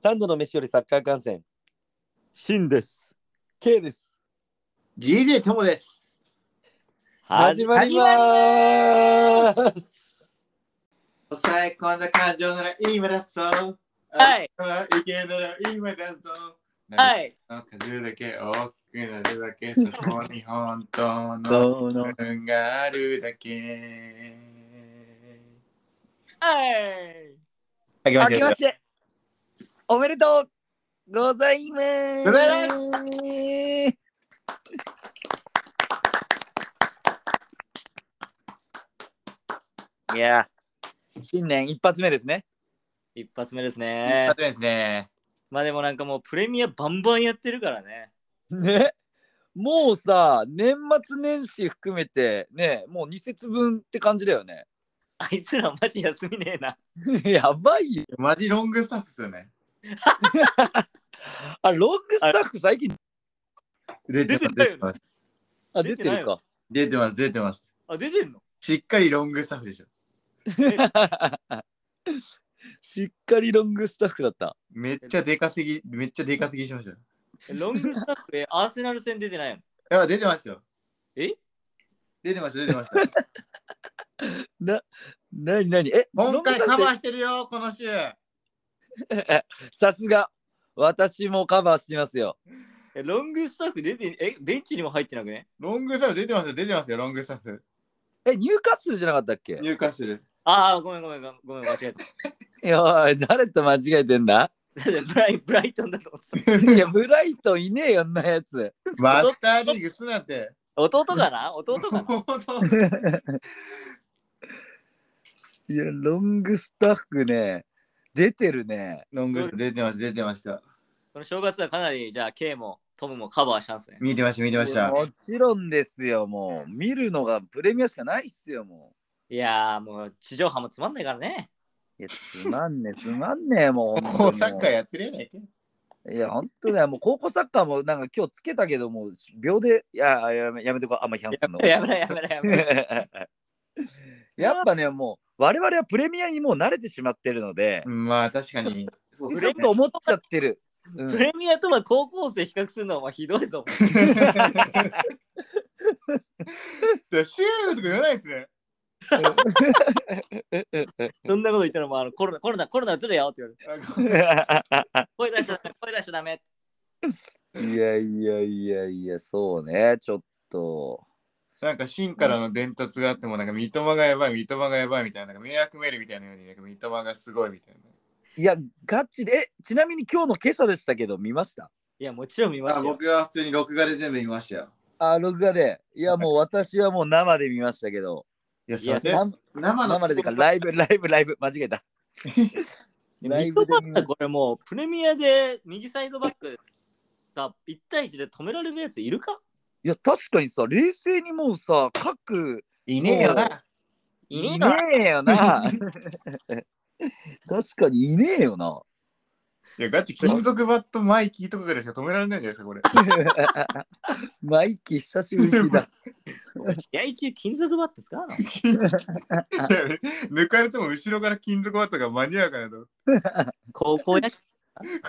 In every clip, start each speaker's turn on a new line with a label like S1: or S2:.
S1: 三度の飯よりサッカー観戦。シンです。K です。
S2: GJ ともです。
S1: 始まりまーす。
S2: 抑え込んだ感情なら今だぞ。
S3: はい。
S2: いけるなら今だぞ。。
S3: はいい。
S2: 数だけ大きくなるだけ、そこに本当の
S1: どう
S2: 自
S1: の
S2: 分があるだけ。
S3: はい。
S2: あけ
S1: 明けまして。おめでとうございます。
S2: ござい
S1: いや、新年一発目ですね。
S3: 一発目です
S2: 一
S3: ね
S2: 発。目ですね。
S3: まあでもなんかもうプレミアバンバンやってるからね。
S1: ね。もうさ、年末年始含めてね、もう2節分って感じだよね。
S3: あいつらマジ休みねえな。
S1: やばいよ。
S2: マジロングスタッフっすよね。
S1: あ、ロングスタッフ最近
S2: 出
S3: てます
S2: 出てます。
S1: あ出てるか。
S2: 出てます、出てます。
S3: あ、出てんの
S2: しっかりロングスタッフでしょ。
S1: しっかりロングスタッフだった。
S2: めっちゃでかすぎ、めっちゃでかすぎしました。い
S3: ロングスタッフでアーセナル戦出てないの
S2: や、出てましたよ。
S3: え
S2: 出てました、出てました。
S1: なになにえ
S2: 今回カバ
S1: ー
S2: ーしてるよ、この週。
S1: さすが。私もカバーしてますよ。
S3: えロングスタッフ出て、え、ベンチにも入ってなくね
S2: ロングスタッフ出てますよ、出てますよ、ロングスタッフ。
S1: え、ニューカッスルじゃなかったっけ
S2: 入荷する。
S3: ああ、ごめんごめんごめん、間違 えた。
S1: いやおい、誰と間違えてん だ
S3: ブライブライトンだと思ってた。
S1: いや、ブライトンいねえよ、んなや つ。
S2: マスターリーグすなって。
S3: 弟かな弟かな
S1: いや、ロングスタッフね、出てるね。
S2: ロングスタッフ出てました、出てました。
S3: この正月はかなり、じゃあ、K もトムもカバーしたんですね。
S2: 見てました、見てました。
S1: もちろんですよ、もう。見るのがプレミアしかないっすよ、も
S3: いやー、もう地上波もつまんないからね。
S1: う。いや、つまんねえ、つまんねえ、もう。
S2: ここサッカー
S1: や。
S2: やってるやないか。
S1: いや、ほんとだよ、もう高校サッカーもなんか今日つけたけど、もう秒で、いや、やめやめてこう、あんま批判すんの。
S3: やめろやめろやめ ろ。
S1: やっぱね、もう、我々はプレミアにもう慣れてしまってるので、
S2: まあ、確かに。そうっす
S1: ちょ
S2: ね
S1: っと思っちゃってる。うん
S3: プレミアとは高校生比較するのはお前ひどいぞ。
S2: でシューとか言わないですね。
S3: そんなこと言ったらもうあのコロナ、コロナ、コロナ映るよって言われて。声出しちゃダメ、声出しちゃダメ。
S1: いやいやいやいや、そうね、ちょっと。
S2: なんか、芯からの伝達があっても、なんか、三笘がやばい、三笘がやばいみたいな、なんか迷惑メールみたいなように、なんか、三笘がすごいみたい
S1: いや、ガチで、えちなみに今日の今朝でしたけど、見ました
S3: いや、もちろん見ま
S2: な。
S3: し
S2: あ
S3: たよ。
S2: 僕は普通に録画で全部見ましたよ。
S1: あ、録画で。いや、もう私はもう生で見ましたけど、
S2: いや、
S3: い
S2: そ
S3: や
S2: れ
S3: え
S1: 生
S2: 生の
S1: 生でてか、ライブ、ライブ、ライブ、間違えた。ライブで見ま
S3: 三笘これもうプレミアで右サイドバックさ、1対1で止められるやついるか
S1: いや、確かにさ、冷静にもうさ、各、
S2: いねえよな。
S3: いねえ
S1: い
S3: な
S1: ねえよな。 確かにいねえよな。
S2: いや、ガチ金属バットマイキーとかぐらいしか止められないんじゃないですか、 これ。
S1: マイキー、久しぶりだ。
S3: 試合中金属バット使うの
S2: いや抜かれても後ろから金属バットが間に合うかなと。
S3: 高校野球。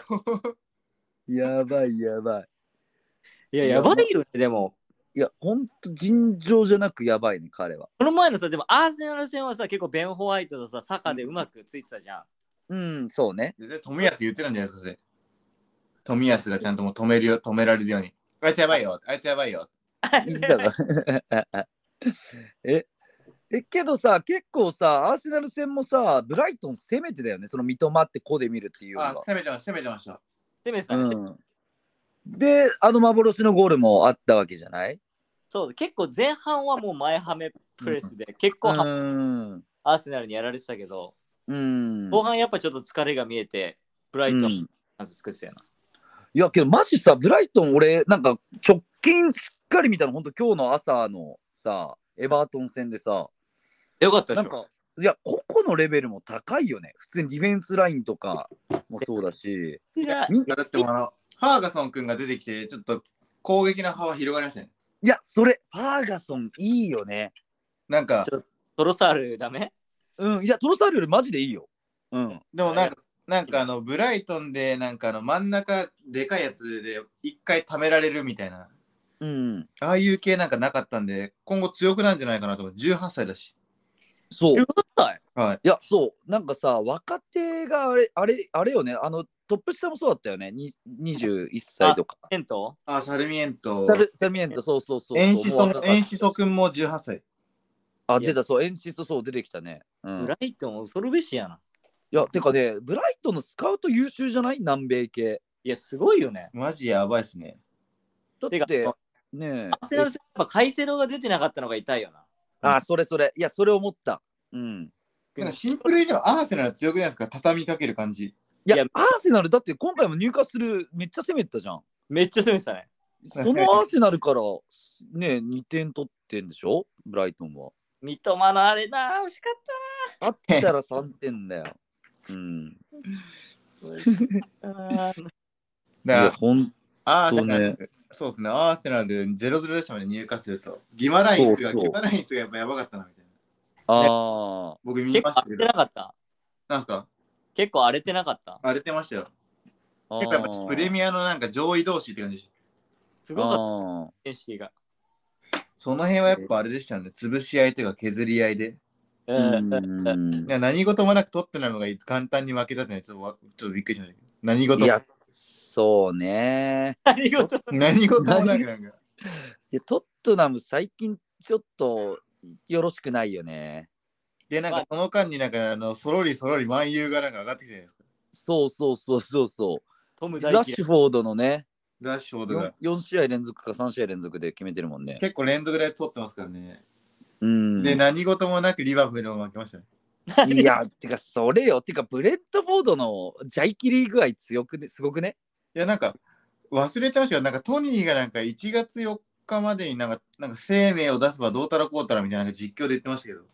S2: こう
S1: やばい、やばい。
S3: いや、やばいよね、でも。
S1: いや、ほんと尋常じゃなくやばいね、彼は。
S3: この前のさ、でもアーセナル戦はさ、結構ベン・ホワイトとさ、サカでうまくついてたじゃん。
S1: うん、そう ね。
S2: 絶対冨安言ってたんじゃないですか、それ。冨安がちゃんともう止めるよ、止められるように。あいつやばいよ、あいつやばいよ。
S1: いいだろ え、え、けどさ、結構さ、アーセナル戦もさ、ブライトン攻めてだよね、その三笘って子で見るっていうよ
S2: あ、
S1: り
S2: 攻めてました、攻めてました。
S3: でメさ、
S1: は。うん。で、あの幻のゴールもあったわけじゃない
S3: そう、結構前半はもう前はめプレスで、結
S1: う
S3: 構は
S1: ーん。
S3: アーセナルにやられてたけど、
S1: うん。
S3: 後半やっぱちょっと疲れが見えて、ブライ
S1: う
S3: トン
S1: ん
S3: まず作ってたよな。
S1: いやけどマジさブライトン俺なんか直近しっかり見たのほんと今日の朝のさエバートン戦でさ
S3: よかったで
S1: な
S3: し
S1: ん
S3: ょ。
S1: かいや個々のレベルも高いよね普通にディフェンスラインとかもそうだし
S3: いや
S1: み
S2: だってもうあの、ハーガソン君が出てきて、ちょっと攻撃の幅広がりましたね。
S1: いやそれファーガソンいいよね
S2: なんか
S3: ちょ、トロサールダメ
S1: うんいやトロサールよりマジでいいようん
S2: でもなんか、なんかあの、ブライトンで、なんかあの、真ん中でかいやつで、一回貯められるみたいな。
S1: うん。
S2: ああいう系なんかなかったんで、今後強くなんじゃないかなと思う。18歳だし。
S1: そう。
S3: 18
S1: い
S3: 歳
S2: はい。
S1: や、そう。なんかさ、若手があれ、あれ、あれよね。あの、トップ下もそうだったよね。に21歳とか。
S3: テント
S2: あ、サルミエント
S1: サ。ルサミエント、そうそうそう。
S2: エンシ
S1: もう
S2: ソ
S1: 若かっ
S2: の、
S1: た
S2: エンシソ君も18歳。
S1: あ、出た、そう。エンシソ、そう、出てきたね。うん
S3: ブ。ライトン恐るべしやな。
S1: いや、てかね、ブライトンのスカウト優秀じゃない南米系。
S3: いや、すごいよね。
S2: マジやばいっすね。
S1: だって
S3: か、
S1: ねえ
S3: ア。ーセナル戦やっぱカイセドが出てなかったのが痛いよな。
S1: あ、それそれ。いや、それ思った。うん。
S2: なんかシンプルにアーセナル強くないですか畳みかける感じ。
S1: いや、
S3: いや
S1: アーセナル、だって今回も入荷する、めっちゃ攻めてたじゃん。
S3: めっちゃ攻めてたね。
S1: そのアーセナルから、ねえ、2点取ってんでしょブライトンは。
S3: 三笘のあれな、惜しかっ
S1: あったら3点だよ。うん。い
S3: たな。
S1: や、
S2: だか
S1: ほん
S2: ら、ア
S1: と
S2: ーセナ
S1: ね。
S2: ルそうですね、アーセナルで0-0でしたもんね、入荷すると。ギマラインスが、
S1: そうそう
S2: ギマラインスがやっぱやばかったな、みたいな。
S1: ああ。
S2: 僕見
S3: 結
S2: ま
S3: 構
S2: した
S3: 荒
S2: け
S3: れ
S2: ど
S3: て、なかった。
S2: なんすか
S3: 結構荒れてなかった。
S2: 荒れてましたよ。
S1: あ
S2: 結構やっぱプレミアのなんか上位同士って感じでした
S3: す
S1: ア
S3: ごかった、
S1: か
S3: エンシティが。
S2: その辺はやっぱあれでしたよね、潰し合いというか削り合いで。
S3: う
S1: うん
S3: ん。
S2: いや何事もなく取ってないのが簡単に負けたってね、ちょっとわちょっとびっくりしましたけど。何事
S1: いや
S2: も、
S1: そうね。
S3: ありがとう。
S2: 何事もなくなんか。
S1: いや、トットナム、最近ちょっとよろしくないよね。
S2: で、なんかその間になんかあの、そろりそろり万有がなんか上がってきてるじゃないですか。
S1: そうそうそうそうそう。
S3: トム
S1: ラ
S3: 大嫌
S1: ッ
S3: い
S1: シュフォードのね、
S2: ラッシュフォードが
S1: よ。4試合連続か3試合連続で決めてるもんね。
S2: 結構連続で取ってますからね。
S1: うん、
S2: で、何事もなくリバプールも負けましたね。
S1: いや、てか、それよ。てか、ブレッドフォードのジャイキリー具合強くね、すごくね。
S2: いや、なんか、忘れちゃいましたよ。なんか、トニーがなんか、1月4日までになんか、なんか生命を出せばどうたらこうたらみたいななんか実況で言ってましたけど、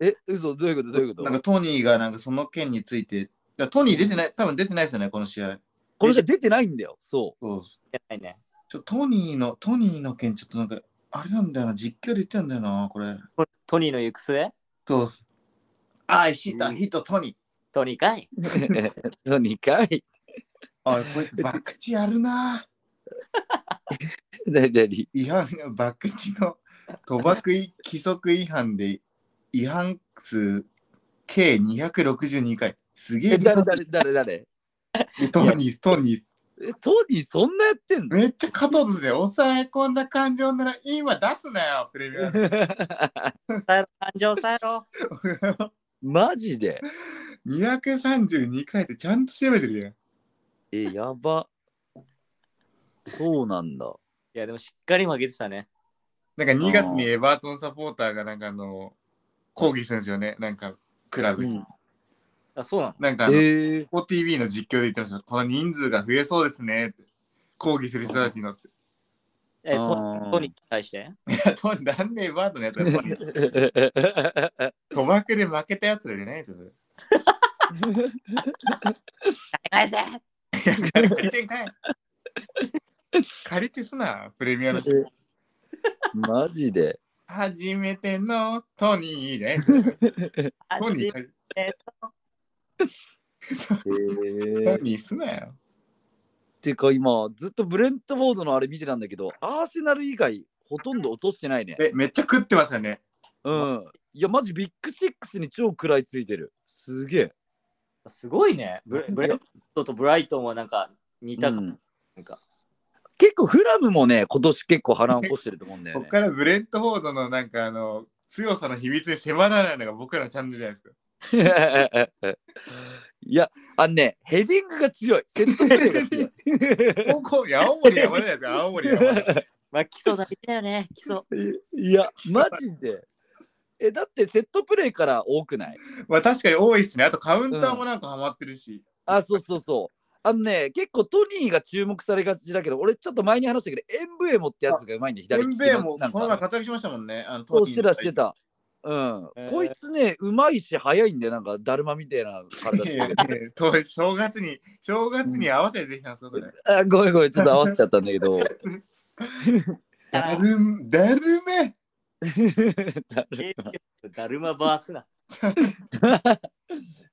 S1: え、嘘、どういうことどういうこ
S2: なん
S1: と
S2: か、トニーがなんか、その件について、だからトニー出てない、多分出てないですよね、この試合。
S1: この試合出てないんだよ。 そ。
S2: そうっす
S3: じゃないね。
S2: ちょトニーの、トニーの件、ちょっとなんか、あれなんだよな、実況で言ってたんだよな、これ。
S3: これトニーの行く末
S2: そうっす。あ、シタヒト、トニー。
S3: トニーかいう
S1: 2回。
S2: あ、こいつ、バクチやるな。
S1: だいたい
S2: 違反、バクチの賭博い規則違反で違反数計262回。すげえ
S1: え、
S2: リバ
S1: 誰
S2: プー
S1: 誰誰誰
S2: ル。トニース、トニース。
S1: え、トニーそんなやってんの
S2: めっちゃ加藤ですね。抑え込んだ感情なら今出すなよ、プレミアム。
S3: さよ感情さえろ。
S1: マジで
S2: 232回ってちゃんと調べてるやん。
S1: え、やば。そうなんだ。
S3: いや、でもしっかり負けてたね。
S2: なんか2月にエバートンサポーターがなんかあの、抗議するんですよね。なんか、クラブ
S1: う
S2: に。
S1: ん、
S3: あ、そうなの
S2: なんか
S1: え
S2: あの、
S1: ー、
S2: OTV の実況で言ってました。この人数が増えそうですね。って抗議する人たちになって。
S3: え、ト
S1: あー
S3: トニーに対して
S2: となんでバードのやつがトニー賭博で負けたやつらじゃない ですよ。それ
S3: 返せあ
S2: 借りてんかい借りてすな、プレミアの人。
S1: マジで。
S2: 初めてのトニーじゃないですよ。トニー
S3: じ
S2: 借り、
S3: め
S1: えー
S2: ト、ニーすなよ。
S1: てか今ずっとブレントフォードのあれ見てたんだけどアーセナル以外ほとんど落としてないね
S2: え、めっちゃ食ってますよね。
S1: うんいやマジビッグシックスに超食らいついてるすげえ
S3: すごいね。ブレブレッドとブライトンはなんか似たか
S1: うん
S3: なんか。
S1: 結構フラムもね今年結構波乱起こしてると思うんだよ
S2: こっ
S1: ね
S2: からブレントフォードのなんかあの、強さの秘密に迫らないのが僕らのチャンネルじゃないですか。
S1: いやあのねヘディングが強いセットプレーが強い
S2: 高校、いや青森山田じゃないですか、青森山田。
S3: まあ、基礎大事だよね。基礎。
S1: いやマジでえだってセットプレーから多くない
S2: まあ確かに多いっすね。あとカウンターもなんかハマってるし。
S1: あ、そうそうそう。あのね、結構トニーが注目されがちだけど、俺ちょっと前に話したけど、エンブエモってやつがうまいんで、
S2: エ
S1: 左利
S2: ン
S1: き
S2: ベイ
S1: の
S2: も
S1: なん
S2: この前
S1: か、
S2: 活躍しましたもんね。あの
S1: そ
S2: ト
S1: う
S2: ニ
S1: して
S2: ー
S1: た、してた。うん
S3: へー
S1: こいつね、うまいし、早いんで、なんか、だるまみたいな体してる。
S2: と正月に、正月に合わせてできたんですか、それ。
S1: あごめんごめん、ちょっと合わせちゃったんだけど。
S2: だるん、だるめ
S1: だる
S3: えーだるまバースな。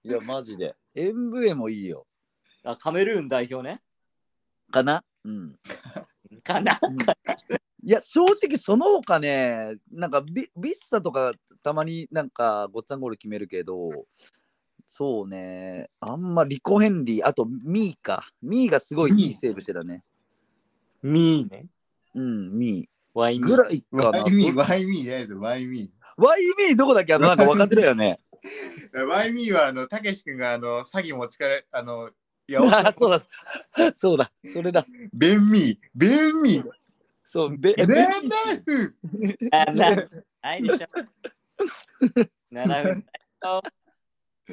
S1: いや、マジで。エンブエもいいよ。
S3: あ、カメルーン代表ね。
S1: かなうん。
S3: か な
S1: うんいや、正直その他ね、なんかビビッサとかたまになんかごっつぁんゴール決めるけど、そうね、あんまリコ・ヘンリー、あとミーか。ミーがすごいいいセーブしてたね。
S3: ミーね。
S1: うん、ミ
S3: ワイ
S1: ー。
S3: ミ
S1: ぐ
S3: ー。
S1: らいかな。
S2: Why me? Why me? じゃないですよ。Why me?
S1: ワイミーどこだっけあの、なんか若手だよね。
S2: Why me は、あの、たけし君が、あの、詐欺持ちから、あの、いや、
S1: あ そうだ、そうだ、それだ。
S2: ベンミー、ベンミー、
S1: そう、べ、
S2: ベン
S1: べ
S2: ナフ
S3: あなないでしょ。7分。
S2: え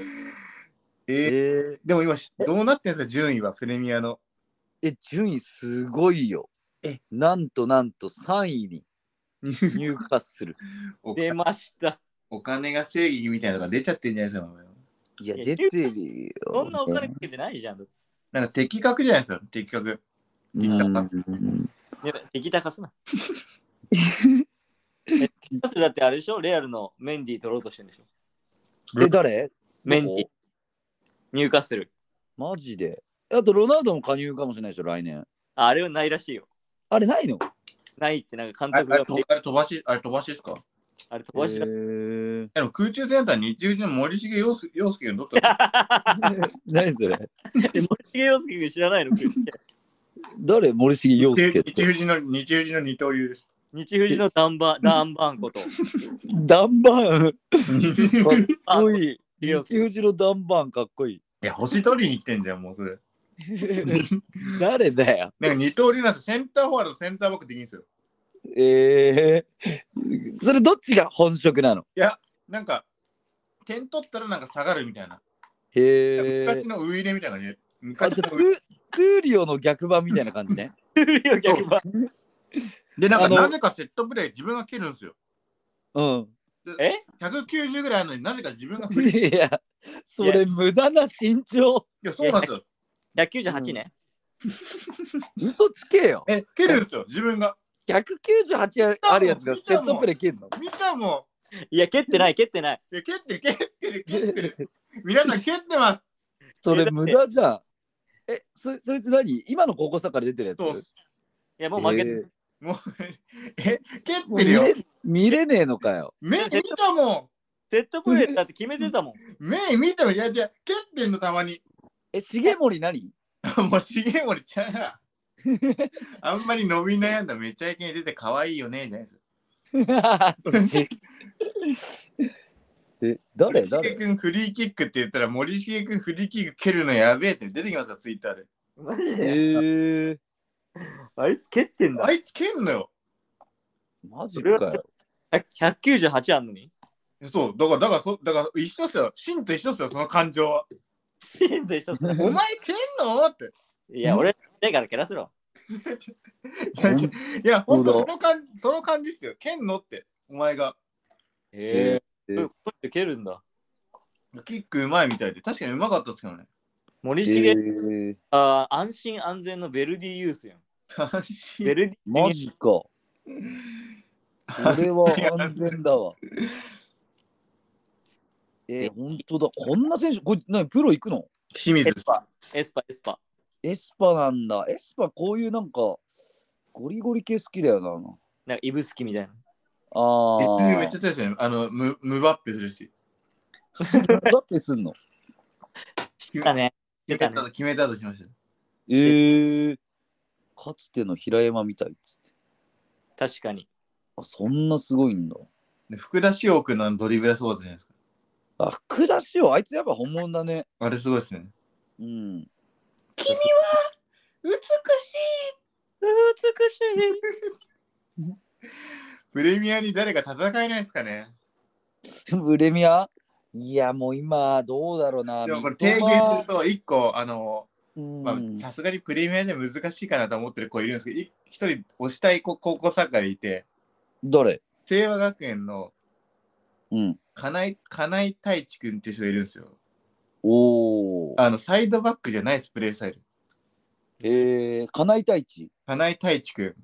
S1: え
S2: ー
S1: ー
S2: でも今し、どうなってんすか、順位は、プレミアの。
S1: え、順位すごいよ。
S2: え、
S1: なんとなんと3位に入荷する。
S2: お
S3: 出ました。
S2: お金が正義みたいなのが出ちゃってんじゃないですか。
S1: いや、
S3: いや
S1: 出てるよ。
S3: そんなお金かけてないじゃん。ね
S2: なんか的確じゃないですか、的確。
S1: うん
S3: 敵高すな。それだってあれでしょレアルのメンディー取ろうとしてるんでしょ
S1: え、誰
S3: メンディー
S1: どこ
S3: 入荷する。
S1: マジで。あと、ロナウドも加入かもしれないでしょ、来年。
S3: ああれはないらしいよ。
S1: あれ、ないの
S3: ないってなんか監
S2: あれ
S3: 督が
S2: とあれ飛ばし、あれ飛ばしですか
S3: あれ飛ばしだ。
S1: え
S2: でも空中センターに一流の森重陽介陽介が取った。
S1: ー 何それ
S3: え森重陽介君知らない の
S1: 誰森重陽
S2: 日
S1: 介って。
S2: 富士の日富士の二刀 流です。
S3: 日富士のダンバダンバン こと。
S1: ダン バーンかっ
S3: あ
S1: こいい。
S3: 森重陽介
S1: 雪藤のダンバーンかっこ いい。
S2: いや、星取りに来てんじゃん、もうそれ。
S1: 誰だよ。
S2: なんか二刀流なんですセンターフォワード、センターバックできるんですよ。
S1: えー、それどっちが本職なの
S2: なんか、点取ったらなんか下がるみたいな。
S1: へえ。
S2: 昔のウイレみたいな感じ。
S1: あ
S2: 昔
S1: じゃあ
S2: の
S1: ト
S2: ウイレ
S1: ゥトゥーリオの逆版みたいな感じね。
S3: 逆番
S2: で、なんか
S1: あの
S2: なぜかセットプレー自分が蹴るんですよ。
S1: うん。
S2: 190ぐらいあるのになぜか自分が 振り。い
S1: いや、それ無駄な身長。
S2: や、そうなんですよ。
S3: 198ね。
S1: 嘘つけよ。
S2: え、蹴るんですよ、自分が。
S1: 198あるやつが
S2: 見
S1: セ
S2: たもん
S1: ットプレー蹴んの。
S2: 見たも
S3: いや、蹴ってない、蹴ってない。
S2: ん。いや、蹴ってる、蹴ってる、蹴ってる。皆さん蹴ってます。
S1: それ無駄じゃん。え、そそいつ何今の高校サッカーで出てるやつ
S2: そうっす。
S3: いや、もう負けて
S1: えー
S3: る。
S2: もう、え、蹴っ
S1: もう見
S2: てるよ。
S1: れ見れねえのかよ。
S2: 目見たも
S3: セットプレーだって決めてたもん。
S2: ん。目見たもん。いや、じゃ蹴ってんのたまに。
S1: え、重森何
S2: もう、重森ちゃん や。あんまり伸び悩んだめちゃイケに出て可愛いよね、じゃないですよ。
S1: そっちえ、誰
S2: 森重
S1: 誰
S2: 君フリーキックって言ったら、森重君フリーキック蹴るのやべえって出てきますか、ツイッターで。
S3: マジ
S1: え
S3: で
S1: ー、
S3: あいつ蹴ってんだ
S2: あ。いつ蹴んのよ。
S1: マジかよ。
S3: 198あんのに。
S2: そう、だから、だから、そだから一緒っすよ。シンと一緒っすよ、その感情 は。
S3: シーンと一緒っす
S2: お
S3: ね
S2: 前蹴んのって。
S3: いや、俺、だから蹴らせろ。
S2: いやちょいや、ほん
S1: ほ
S2: と
S1: ん
S2: その感、その感じっすよ。蹴んのって、お前が。
S1: へ
S3: えー。こうやって蹴るんだ。
S2: キックうまいみたいで、確かにうまかったっすけどね。
S3: 森
S1: え
S3: 重、
S1: ー、
S3: あー安心安全のベルディユー スやん。
S2: 安
S3: ベ
S2: 心。
S3: ルディ
S1: マジか。これは安全だわ。えー、本当だ。こんな選手、これ何プロ行くの
S2: 清水
S3: エ
S2: っ
S3: ス
S2: す。
S3: パ、エスパ、エスパ。
S1: エスパなんだ。エスパこういうなんか、ゴリゴリ系好きだよな。
S3: なんか、イブスキみたいな。
S1: ああ。
S2: めっちゃ強いですね。あの、ムムバッペするし。
S1: だってすんの。
S3: 来たね。
S2: 決
S3: 出
S2: め
S3: た
S2: た
S3: ね
S2: と、決めたとしました。
S1: えー、かつての平山みたいっつって。
S3: 確か に。
S1: あ、そんなすごいんだ。
S2: で福田師王君のドリブルそうだったじゃないですか。
S1: あ、福田師匠、あいつやっぱ本物だね。
S2: あれすごいっすね。
S1: うん。
S2: 君は美しい
S3: 美し
S2: プレミアに誰か戦えないですかね
S1: プレミアいや、もう今、どうだろうな。
S2: でもこれ
S1: 三
S2: 提
S1: 笘
S2: 言すると一個あの
S1: うん
S2: まあさすがにプレミアで難しいかなと思ってる子いるんですけどい一人推したい子高校サッカーでいて
S1: 誰
S2: 清和学園の
S1: うん。
S2: 金井金井太一君って人がいるんですよ
S1: おお。
S2: あのサイドバックじゃないですプレースタイル
S1: えー、金井太一。
S2: 金井太一君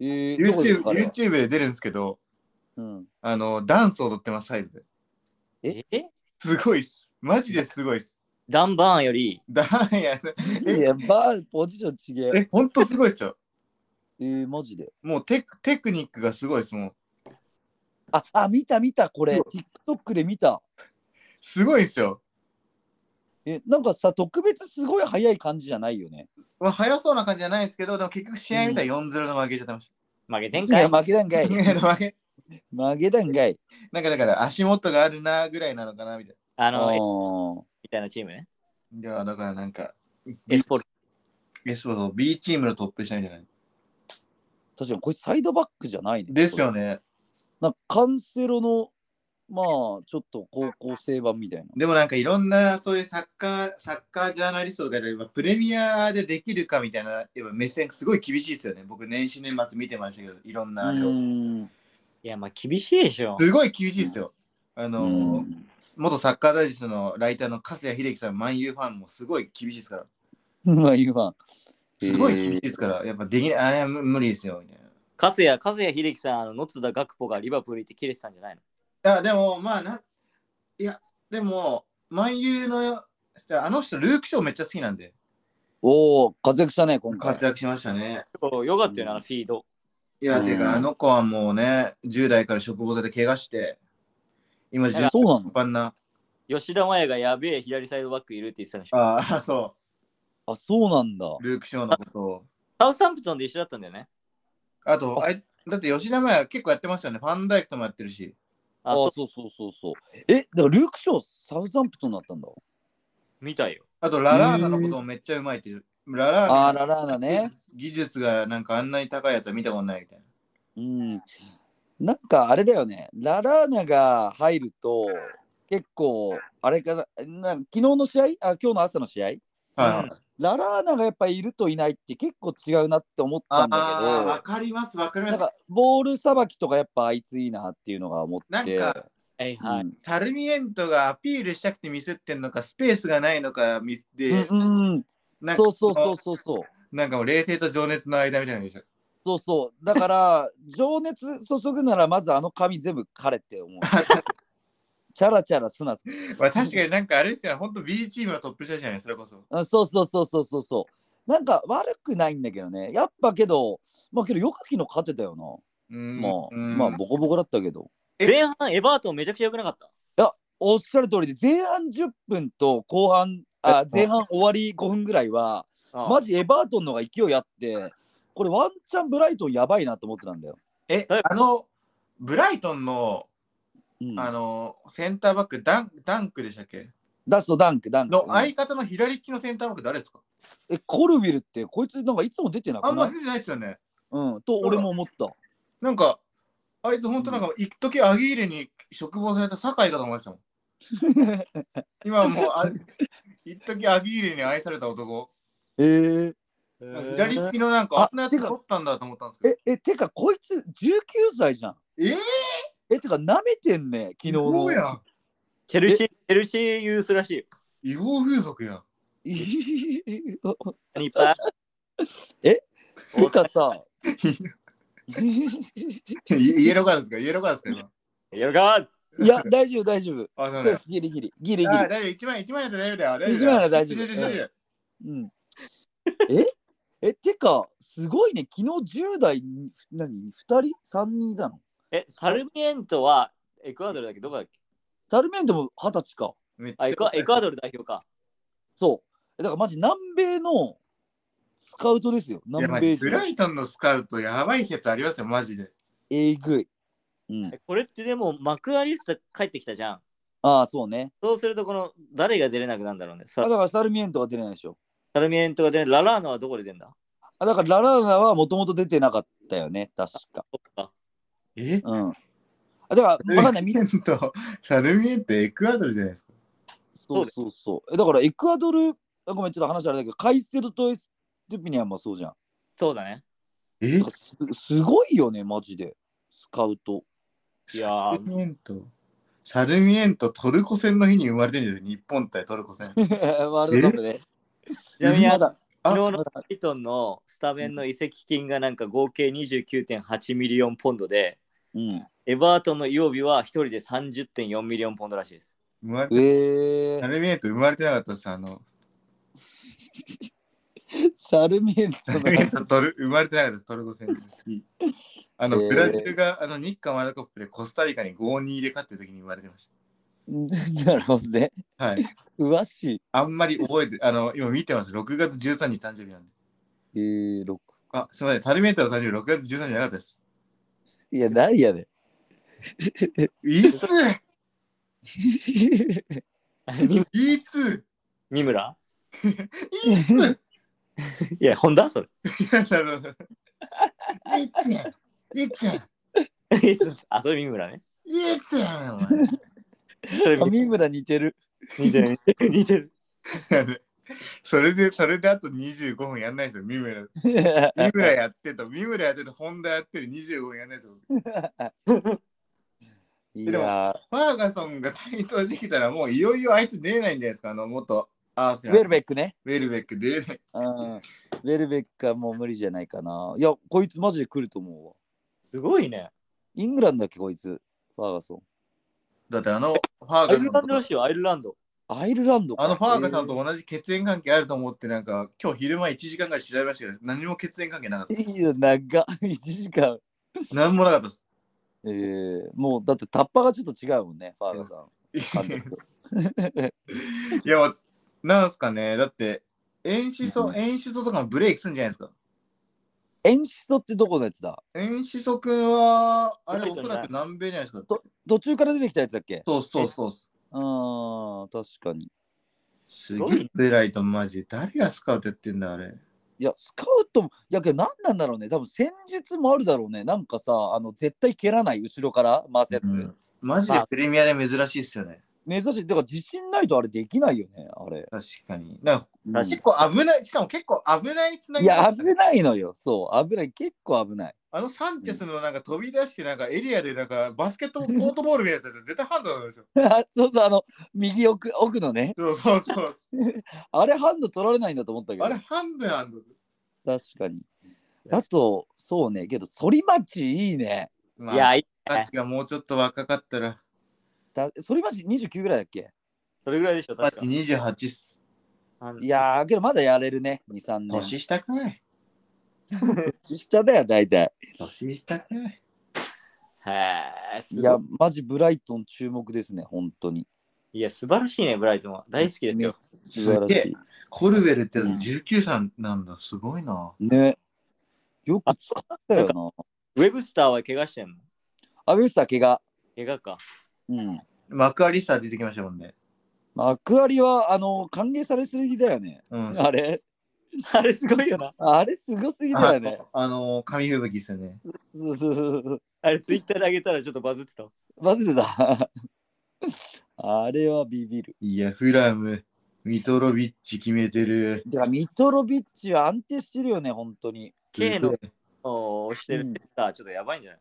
S1: えー、どこで
S2: YouTube,
S1: 彼は
S2: YouTube で出るんですけど
S1: うん。
S2: あのダンス踊ってますサイドで
S3: い。え
S2: すごいっす。マジですごいっす。
S3: ダン・バーンより、
S2: ダーンやね。
S1: いや、バーンポジションちげえ。
S2: え、ほんとすごいっすよ。
S1: えー、マジで。
S2: もうテクテクニックがすごいっす。もう
S1: あ、あ、見た見た、これ。TikTok で見た。
S2: すごいっすよ。
S1: え、なんかさ、特別すごい速い感じじゃないよね。
S2: まあ、早そうな感じじゃないですけど、でも結局試合見たら4-0の負けちゃってまし
S3: 負けてん
S1: い
S3: か
S1: や、
S3: い。
S1: 負けたん
S2: た。
S1: かい。
S2: 負け
S1: 負けたんかい。
S2: なんかだから足元があるなぐらいなのかなみたい
S3: あ
S1: あ
S3: の、え
S1: ー
S3: みたいなチームね。
S2: な。いや、だからなんか、
S3: エスポル。
S2: え、そうそう、B チームのトップしたんじゃない
S1: 確かに、これサイドバックじゃないね。
S2: ですよね。
S1: なんかカンセロの、まあ、ちょっと高校生版みたいな。
S2: でもなんかいろんな、そういうサッカー、サッカージャーナリストとかで、やっぱプレミアでできるかみたいな、やっぱ目線すごい厳しいですよね。僕、年始年末見てましたけど、いろんなあれを。
S1: ん。
S3: いや、まあ、厳しいでしょ。
S2: すごい厳しいですよ。あ
S1: う
S2: のー、
S1: ん
S2: 元サッカー大臣のライターの粕谷秀樹さん、万有ファンもすごい厳しいですから。
S1: まあ、言うわ。
S2: すごい厳しいですから、やっぱできない、あれは無無理ですよ、みたい
S3: カスヤ、カスヤ秀樹さん、あの野津田学歩がリバプール行って切れてたんじゃないの
S2: な。いや、でも、まあな、いや、でも、万有の、あの人、ルークショーめっちゃ好きなんで、
S1: おお、活躍したね、今回
S2: 活。躍しましたね。
S3: そうよかったよな、あのフィード。
S2: いや、
S1: うん
S2: てか、あの子はもうね、10代から食防剤で怪我して、今、
S3: だ
S2: 10
S3: から
S1: そうなの
S2: 般な、
S3: 吉田麻也がやべえ左サイドバックいるって言ってたんでしょ。
S2: ああ、そ
S1: あ、そうなんだ。
S2: う、ルークショーのことを。
S3: サウスハンプトンで一緒だったんだよね。
S2: あと、あいだって吉田麻也結構やってますよね、ファンダイクともやってるし、
S1: あ
S3: あ、そう、
S1: そうそうそうそう。え、だからルークショー、サウザンプトンだったんだ。
S3: 見たよ。
S2: あと、ララーナのこともめっちゃうまいっていう。ララーナ
S1: あーララーナね。
S2: 技術がなんかあんなに高いやつは見たことないみたいな。
S1: うん。なんかあれだよね、ララーナが入ると、結構、あれから、な昨日の試合あ、今日の朝の試合
S2: はい、
S3: うん
S1: ララーナがやっぱりいるといないって結構違うなって思ったん
S2: ああ、わ
S1: だ
S2: かります、わかり
S1: けど、
S2: ま
S1: なん
S2: す。
S1: かボールさばきとかやっぱあいついいなっていうのが思って。
S2: なんか
S3: は
S1: う
S3: い
S1: ん
S3: はい。
S2: タルミエントがアピールしたくてミスってんのか、スペースがないのかミスって、
S1: うんうんう、
S2: なんんか
S1: そうそうそうそうそう。
S2: なんかもう冷静と情熱の間みたいなのでしょ。
S1: そうそう。だから、 情熱注ぐなら、まずあの髪全部枯れって 思う。チャラチャラすな。
S2: まあ、確かになんかあれですよね、本当 B チームのトップ下じゃない、それこそ。
S1: あそうそうそうそうそうそう。なんか悪くないんだけどね。やっぱけど、まあけどよく昨日勝てたよな。
S2: うーん
S1: まあ、
S2: うん
S1: まあボコボコだったけど。
S2: え
S3: 前半、エバートンめちゃくちゃ良くなかった。
S1: おっしゃる通りで、前半10分と後半、あ前半終わり5分ぐらいは、
S3: あ
S1: マジエバートンの方が勢いあって、これワンチャンブライトンやばいなと思ってたんだよ。
S2: え、あの、ブライトンの、
S1: うん、
S2: あの、センターバック、ダンダンクでしたっけ
S1: ダストダンク、ダンク。
S2: の
S1: うん
S2: 相方の左利きのセンターバック誰ですか
S1: えコルビルって、こいつなんかいつも出てな
S2: あ
S1: く
S2: んま
S1: ない
S2: 出てないですよね。
S1: うん、と俺も思った。
S2: なんか、あいつ本当なんか、一時アギーレに嘱望された酒井かと思いましたもん。今はもう あ、一時アギーレに愛された男。
S1: えー、
S2: 左利きのなん
S1: あ
S2: か、あんなやつ
S1: てか
S2: 取ったんだと思ったんですけど
S1: え、え、てかこいつ19歳じゃん。。
S2: えー、
S1: え、てか舐めてんね、昨日
S2: 違
S1: の。
S2: 法やん。
S3: チェルシー、チェルシーユースらしいよ。
S2: 違法風俗 やん。
S3: いっぱい。
S1: てか さ、
S2: イイエローカードですかイエローカードですか
S3: よかっ
S1: いや、大丈夫、大丈夫。
S2: 今。あ、そうだ
S1: セー
S2: よ
S1: フ。ギリギリ、ギリギ
S2: あ
S1: リ
S2: 大。丈夫。一枚、一枚だと大丈夫だよ。
S1: 一枚なら大丈
S2: 丈
S1: 夫
S2: 夫大丈夫。
S1: うん、え え、てか、すごいね、昨日10代、何、2人 ?3 人いたの
S3: え、サルミエントはエクアドルだっけどこだっけ
S1: タルメントも20歳か。
S2: めっちゃ
S3: あエクア、エクアドル代表か。
S1: そう。えだからマジ南米のスカウトですよ。
S2: いや、マ
S1: 南
S2: ジ
S1: 米
S2: ブ
S1: 人
S2: ライトンのスカウト、やばい説ありますよ、マジで。
S1: えぐい。うん。
S3: えこれってでもマクアリスタ帰ってきたじゃん。
S1: ああ、そうね。
S3: そうすると、この誰が出れなくなるんだろうね。
S1: あ
S3: サ
S1: だからサルミエントが出れないでしょ。
S3: サルミエントが出れララーノはどこで出るんだ
S1: あだからララーナはもともと出てなかったよね、確か。
S3: そっか。
S2: え
S1: うん。あだから、わかんない、み
S2: エント、サルミエント、エクアドルじゃないですか。
S1: そうそうそう。えだからエクアドル、あごめん、ちょっと話あれだけど、カイセルとエステピニアンもそうじゃん。
S3: そうだね。
S2: え
S1: だからすすごいよね、マジで。スカウト。
S3: いや
S2: サ
S3: ー
S2: ルミエント、サルミエント、トルコ戦の日に生まれてるんじゃない日本対トルコ戦。
S1: ワールドカップで。
S3: ちなみに
S1: まだ
S2: あ
S3: 昨日のブライトンのスタメンの移籍金がなんか合計29.8ミリオンポンドで、
S1: うん。
S3: エバートンの曜日は一人で30.4ミリオンポンドらしいです。
S2: 生まれ
S1: え
S2: サ
S1: ー、
S2: ルミエント生まれてなかったです。あの、
S1: サルミエント
S2: サルミエントトル生まれてなかったです。トルコ戦です。あの、
S1: えー
S2: ブラジルがあの日韓ワールドカップでコスタリカに5-2入れ勝ってる時に生まれてまし
S1: の なるほどね。
S2: た。はい。
S1: 詳し
S2: あんまり覚えて、あの、今見てます。6月13日誕生日なんで。
S1: い。えー、六
S2: あ、すみません。サルミエントの誕生日6月13日じゃなかったです。
S1: いや、ないやで。
S2: いついつ
S3: 三村
S2: いつ
S3: いや、本田それ。
S2: いやあのいついつ
S3: あ、それ三村ね。
S2: いつやねんお前
S3: それ
S1: あ三村似 てる。
S3: 似てる。似てる。
S2: それで、それであと25分やんないですよ、三村。三村やってと、三村やってと、本田やってる25分やんないですよ。
S1: い
S2: でも
S1: や
S2: ファーガソンが台頭してきたら、もういよいよあいつ出れないんじゃないですか、あの、元アーセ
S1: ー、
S2: ナ
S1: ウ
S2: ル
S1: ェルベックね。
S2: ウェルベック出れない。
S1: うん。ウェルベックはもう無理じゃないかな。いや、こいつマジで来ると思うわ。
S3: すごいね。
S1: イングランドだっけ、こいつ。ファーガソン。
S2: だってあの、ファー
S3: アイルラ
S2: ガ
S3: ンドら
S2: ソン
S3: しいよ、アイルランド。
S1: アイルランドか。
S2: あのファーガさんと同じ血縁関係あると思って、なんか、今日昼間1時間ぐらい調べましたけど、何も血縁関係なかっ
S1: えー。いいよ、長い。1時間。
S2: た。何もなかったです。
S1: えー、もうだってタッパーがちょっと違うもんね、ファーガさん。監 督
S2: いや、なんすかね、だって、演出
S1: う
S2: と、
S1: ん
S2: 演出とかもブレイクするんじゃないですか。
S1: エンシソってどこのやつだ
S2: 演出くんは、あれ、
S3: ブ
S2: お
S3: レイク
S2: そ
S3: じゃない
S2: らく南米じゃないですか。
S1: 途中から出てきたやつだっけ
S2: そうそうそう。
S1: うーん、確かに。
S2: すげえ偉いとマジ。誰がスカウトやってんだ、あれ。
S1: いや、スカウトも、いやけど何なんだろうね。多分戦術もあるだろうね。なんかさ、あの、絶対蹴らない後ろから回すやつ。
S2: うんマジでプレミアで珍しいっすよね。
S1: 珍しい。だから自信ないとあれできないよね、あれ。
S2: 確かに。だか
S1: うん
S2: ら結構危ない、しかも結構危ないつなぎ
S1: いや、危ないのよ。そう、危ない。結構危ない。
S2: あのサンチェスのなんか飛び出して、なんかエリアでなんかバスケットコートボールみたいなやつ絶対ハンドなんでしょ。
S1: そうそう、あの、右奥奥のね。
S2: そうそうそう。
S1: あれハンド取られないんだと思ったけど。
S2: あれハンドなんだ。
S1: 確かに。だと、そうね。けど、反町いいね。
S2: まあ、
S3: いや、いい
S2: サンチがもうちょっと若かったら、
S1: だ反町29ぐらいだっけ
S3: それぐらいでしょ、
S2: マッ
S3: 確
S2: チ28っす。
S3: か。
S1: いやー、けどまだやれるね。2、3年。
S2: 年したくない。
S1: 年下だよ、大体。
S2: 年したくない。
S3: へえ。
S1: いや、マジブライトン注目ですね、本当に。
S3: いや、素晴らしいね、ブライトンは。大好きですよ。
S1: 素晴らしい。
S2: コルウェルってやつ19歳なんだ。すごいな。
S1: ね。よく使ったよな。
S3: ウェブスターは怪我してんの
S1: アベスター怪我。
S3: 怪我か。
S1: うん。
S2: 幕張さ出てきましたもんね。
S1: 幕張は、あの、歓迎されすぎだよね。
S2: うん。
S1: あれ
S3: あれすごいよな。
S1: あれすごすぎだよね。
S2: ああの、紙吹雪ですよね。
S1: そうそうそうそう。
S3: あれツイッターで上げたらちょっとバズってたわ。
S1: マジでだ。あれはビビる。
S2: いや、フラム、ミトロビッチ決めてる。
S1: だからミトロビッチは安定してるよね、本当に。
S3: K
S2: う
S3: の
S2: ぜえ
S3: 押してるセッター、ちょっとやばいんじゃない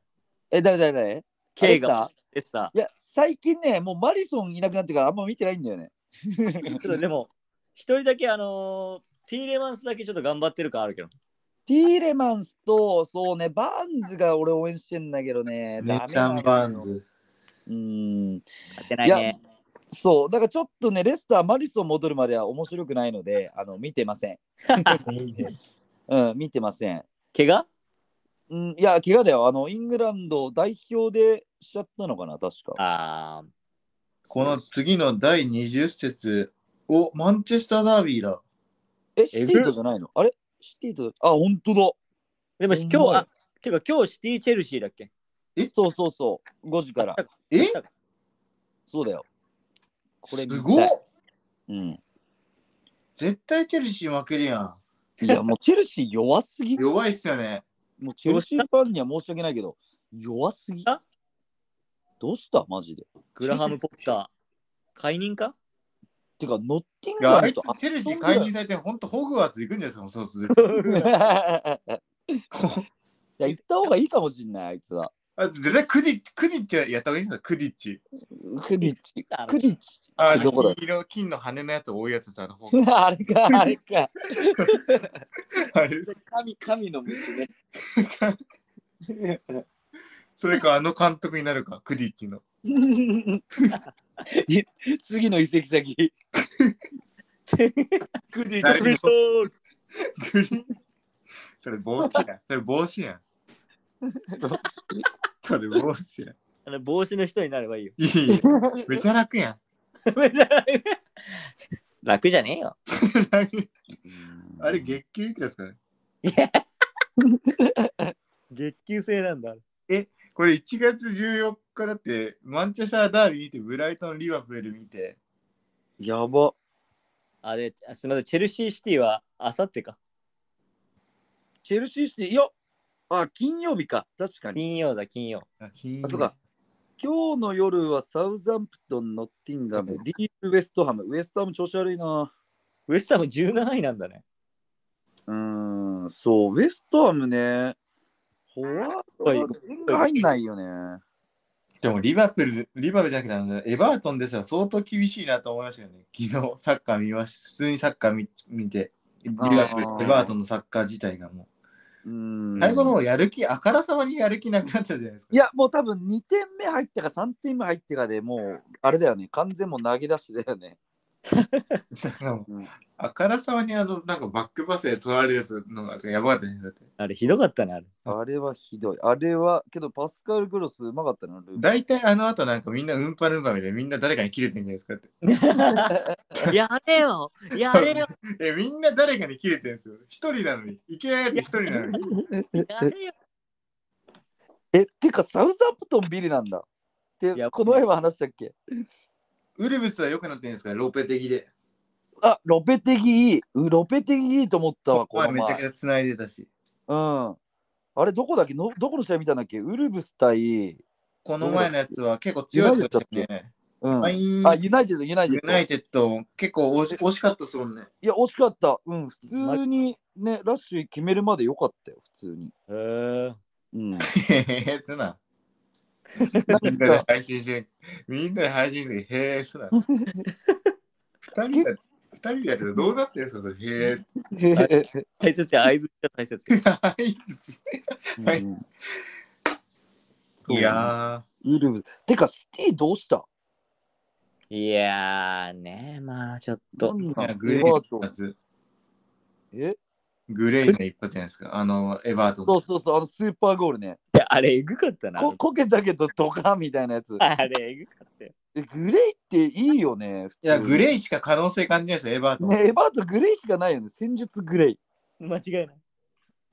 S1: え、誰誰誰
S3: ?K が
S1: アベスター
S3: セッタ
S1: いや、最近ね、もうマリソンいなくなってからあんま見てないんだよね。
S3: ー。ちょっとでも、一人だけあのー、T レマンスだけちょっと頑張ってる感あるけど。
S1: ティーレマンスと、そうね、バーンズが俺応援してんだけどね。
S2: メ
S1: ダメ
S2: チャ
S1: なの
S2: ン
S1: よ
S2: バーン。ズ。
S1: うん。
S3: 勝てない
S1: や
S3: ね。、
S1: そう、だからちょっとね、レスター、マリソン戻るまでは面白くないので、あの見てませ ん。うん、見てません。
S3: 怪我
S1: うん、いや、怪我だよ。あの、イングランド代表でしちゃったのかな、確か。
S3: あー
S2: この次の第20節、お、マンチェスターダービーだ。
S1: え、シティとじゃないのあれシティと、あ、本当だ。
S3: で
S1: ほんま
S3: も今日
S1: や
S3: は、てか今日シティ・チェルシーだっけ
S1: そうそうそう、5時から。
S2: え
S1: そうだよ。これ見た
S2: すごっ
S1: うん。
S2: 絶対チェルシー負けるや
S1: いや、もうチェルシー弱すぎ
S2: ん。。弱いっすよね。
S1: もうチェルシーファンには申し訳ないけど、弱すぎ
S3: あ。
S1: どうしたマジで。
S3: グラハム・ポッター。解任か
S1: てか、ノッティン
S2: いや、
S1: ガ
S2: あ
S1: ム
S2: いつ
S1: と
S2: チェルシー解任されて、ほんとホグワーツ行くんですよ、そうする
S1: いや、行った方がいいかもしんない、あいつは。
S2: あ絶対クディッチ、クディッチやった方がいいんですか、クディッチ。
S1: クディッチ。クディッチ。
S2: あ
S1: どこだ
S2: の黄色、金の羽のやつ、多いやつさ、あのホ グ
S1: あれか、あれ か。
S2: あ れ
S1: 神、神の虫 ね。
S2: それか、あの監督になるか、クディッチの。
S1: 次の移籍先。クディ
S2: 誰にも
S1: クリストー
S2: グリーン それ帽子やん。それ帽子やん。 それ帽子やん。
S3: あの帽子の人になればいいよ。
S2: いいよ。めちゃ楽やん。
S3: 楽じゃねえよ。
S2: あれ月給いくらですかね
S3: 月給制なんだ。
S2: これ1月14日だって、マンチェスターダービー見て、ブライトン・リバプール見て、
S1: やば。
S3: あれ、あすみません、チェルシーシティはあさってか。
S1: チェルシーシティ、いや、あ、金曜日か。確かに。
S3: 金曜だ、金曜。
S2: あ、金
S1: あ、そうか。今日の夜はサウザンプトン、ノッティンガム、ディープウェストハム。ウェストハム調子悪いな。
S3: ウエスタム17位なんだね。
S1: うーん、そう、ウェストハムね。フォワードは点が入んないよね。
S2: でもリバプール、リバプールじゃなくてあの、エバートンですら相当厳しいなと思いましたよね。昨日サッカー見ました。普通にサッカー見見て、リバプ
S1: あ
S2: ー
S1: ー
S2: ル、エバートンのサッカー自体がも
S1: うー
S2: う、
S1: ん。
S2: 最後の方やる気、あからさまにやる気なくなっちゃうじゃないですか。
S1: いや、もう多分2点目入ってか3点目入ってかでもう、あれだよね、完全もう投げ出しだよね。
S2: だからもう
S1: うん
S2: あからさまにあの、なんかバックパスで取られるやつのがやばかったね。だって
S3: あれ、ひどかったね、あれ。
S1: あれはひどい。あれは、けどパスカル・グロスうまかったな、ルー
S2: 大体あの後なんかみんなうんぱるんぱみでみんな誰かに切れてんじゃないですかって。
S3: やれよやれよ
S2: え、みんな誰かに切れてるんですよ。一人なのに。いけないやつ一人なのに。
S3: やれよ
S1: え、てかサウザンプトンビリなんだ。って
S3: いや、
S1: この前は話したっけ
S2: ウルブスは良くなってるんですかロペ的で。
S1: あ、ロペテギいい。うロペテギいいと思ったわ、こ
S2: まあ
S1: の
S2: めちゃく
S1: 前。
S2: ちゃ繋いでたし。
S1: うん。あれ、どこだっけのどこの試合見たんだっけウルブス対、
S2: この前のやつは結構強いですよね。
S1: うん。
S2: ファイン
S1: あ、ユナイテッド、ユナイテ
S2: ユ
S1: ッド。
S2: ナイテッドも結構惜し惜しかったっすもんね。
S1: いや、惜しかった。うん、普通にね、ラッシュ決めるまでよかったよ、普通に。
S3: へー
S1: うん。
S2: へへへ、すな。みんなで配信して、みんなで配信して、へえ、すな。二人が、二人でやってたらどうなってるんですかそれ、へ え。
S3: 大切や、合図が大切や。
S2: 相槌 はい
S1: うん
S2: いや
S1: ウルブ。てか、シティどうした
S3: いやーね、まあちょっ
S1: な
S3: と。
S1: ん
S2: ー、い
S1: な
S2: や
S1: ん
S2: グレ
S1: エ
S2: イ
S1: バ
S2: の
S1: ー
S2: 一
S1: トン
S2: 発。
S1: え
S2: グレイの一発じゃないですか。あの、エバート
S1: そ
S2: ン
S1: う。そうそう、あのスーパーゴールね。
S3: いやあれ、えぐかったな。
S1: ここけたけどドカンみたいなやつ。
S3: あれ、えぐかったよ。
S1: えグレイっていいよね。
S2: いや、グ
S1: イ。
S2: レイしか可能性感じないですよ、エバートン。
S1: ね、エバートングレイしかないよね。戦術グレイ。
S3: 間違いない。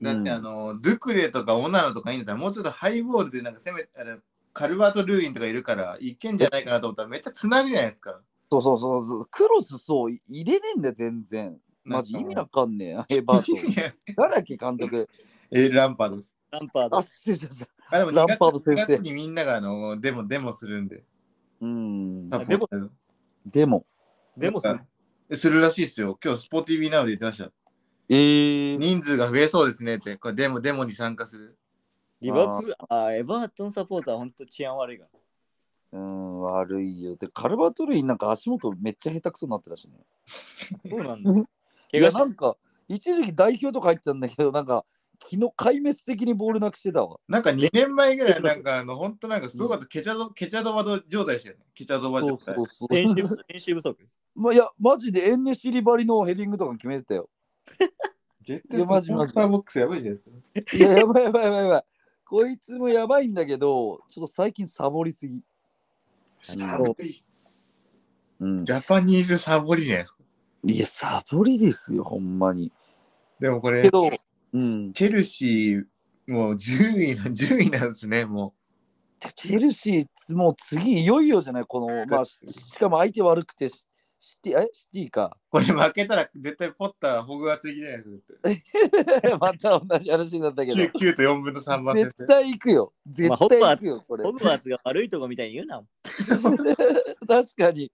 S2: だってあ
S1: うん
S2: の、ドゥクレとかオナナとかいいんだったら、もうちょっとハイボールでなんか攻めあのカルバート・ルーインとかいるから、いけんじゃないかなと思ったら、めっちゃつなぐじゃないですか。
S1: そうそうそうそう。クロスそう、入れねえんだよ、全然。マジ意味わかんねえ、エバート ン。
S2: いや
S1: 誰だっけ、監督。
S2: え、ランパードです。
S3: ランパード
S1: あ、。失礼しました。
S2: あ、でも
S1: ラン
S2: 2月
S1: パード先生
S2: 2月にみんながあの、デモ、デモするんで。
S1: うん。
S2: サポーターの
S1: でも。
S3: でもさ、
S2: するらしいですよ。今日、スポ TV なので言ってました。
S1: えー、
S2: 人数が増えそうですねって、これデモ、デモに参加する。
S3: リバプール、あエバートンサポーター、ほんと治安悪いが。
S1: うん、悪いよ。で、カルバトルインなんか足元めっちゃ下手くそになってたしね。
S3: そうなんだ。
S1: い
S3: 怪
S1: や、
S3: 我し
S1: なんか、一時期代表とか入ってたんだけど、なんか、昨日壊滅的にボールなくしてたわ。
S2: なんか2年前ぐらい、なんかあの、本当なんかすごかった、ケチャド、ケチャドバド状態でしたよね。ケチャドバ
S1: そ
S2: 状
S1: うそ
S2: 態。
S1: うそう。
S3: 練習不練習不足。
S1: ま、いや、マジでエンネシリバリのヘディングとか決めてたよ。
S2: 絶
S1: いやマジマジ
S2: スターボックスやばいじゃないですか。
S1: いや、やばいやばいやばいやばい。こいつもやばいんだけど、ちょっと最近サボりすぎ。
S2: サボり。
S1: うん
S2: ジ。ャパニーズサボりじゃないですか。
S1: いや、サボりですよ、ほんまに。
S2: でもこ
S1: け
S2: れ、
S1: ど、うん。
S2: チェルシー、もう10位な、10位なんですね、も
S1: てチェルシー、もう次、いよいよじゃない、この、まあ、ししかも相手悪くて、シシティ、えシティか
S2: う。。これ負けたら絶対ポッター、ホグワーツ行きじゃないですか。絶
S1: また同じ話になったけ
S2: 対
S1: ど
S2: 9, 9と4分の3番
S1: 絶
S2: で。
S1: 対行くよ絶
S3: まあ
S1: 対行くよこれ
S3: ホグワーツが悪いとこみたいに言うな。
S1: 確かに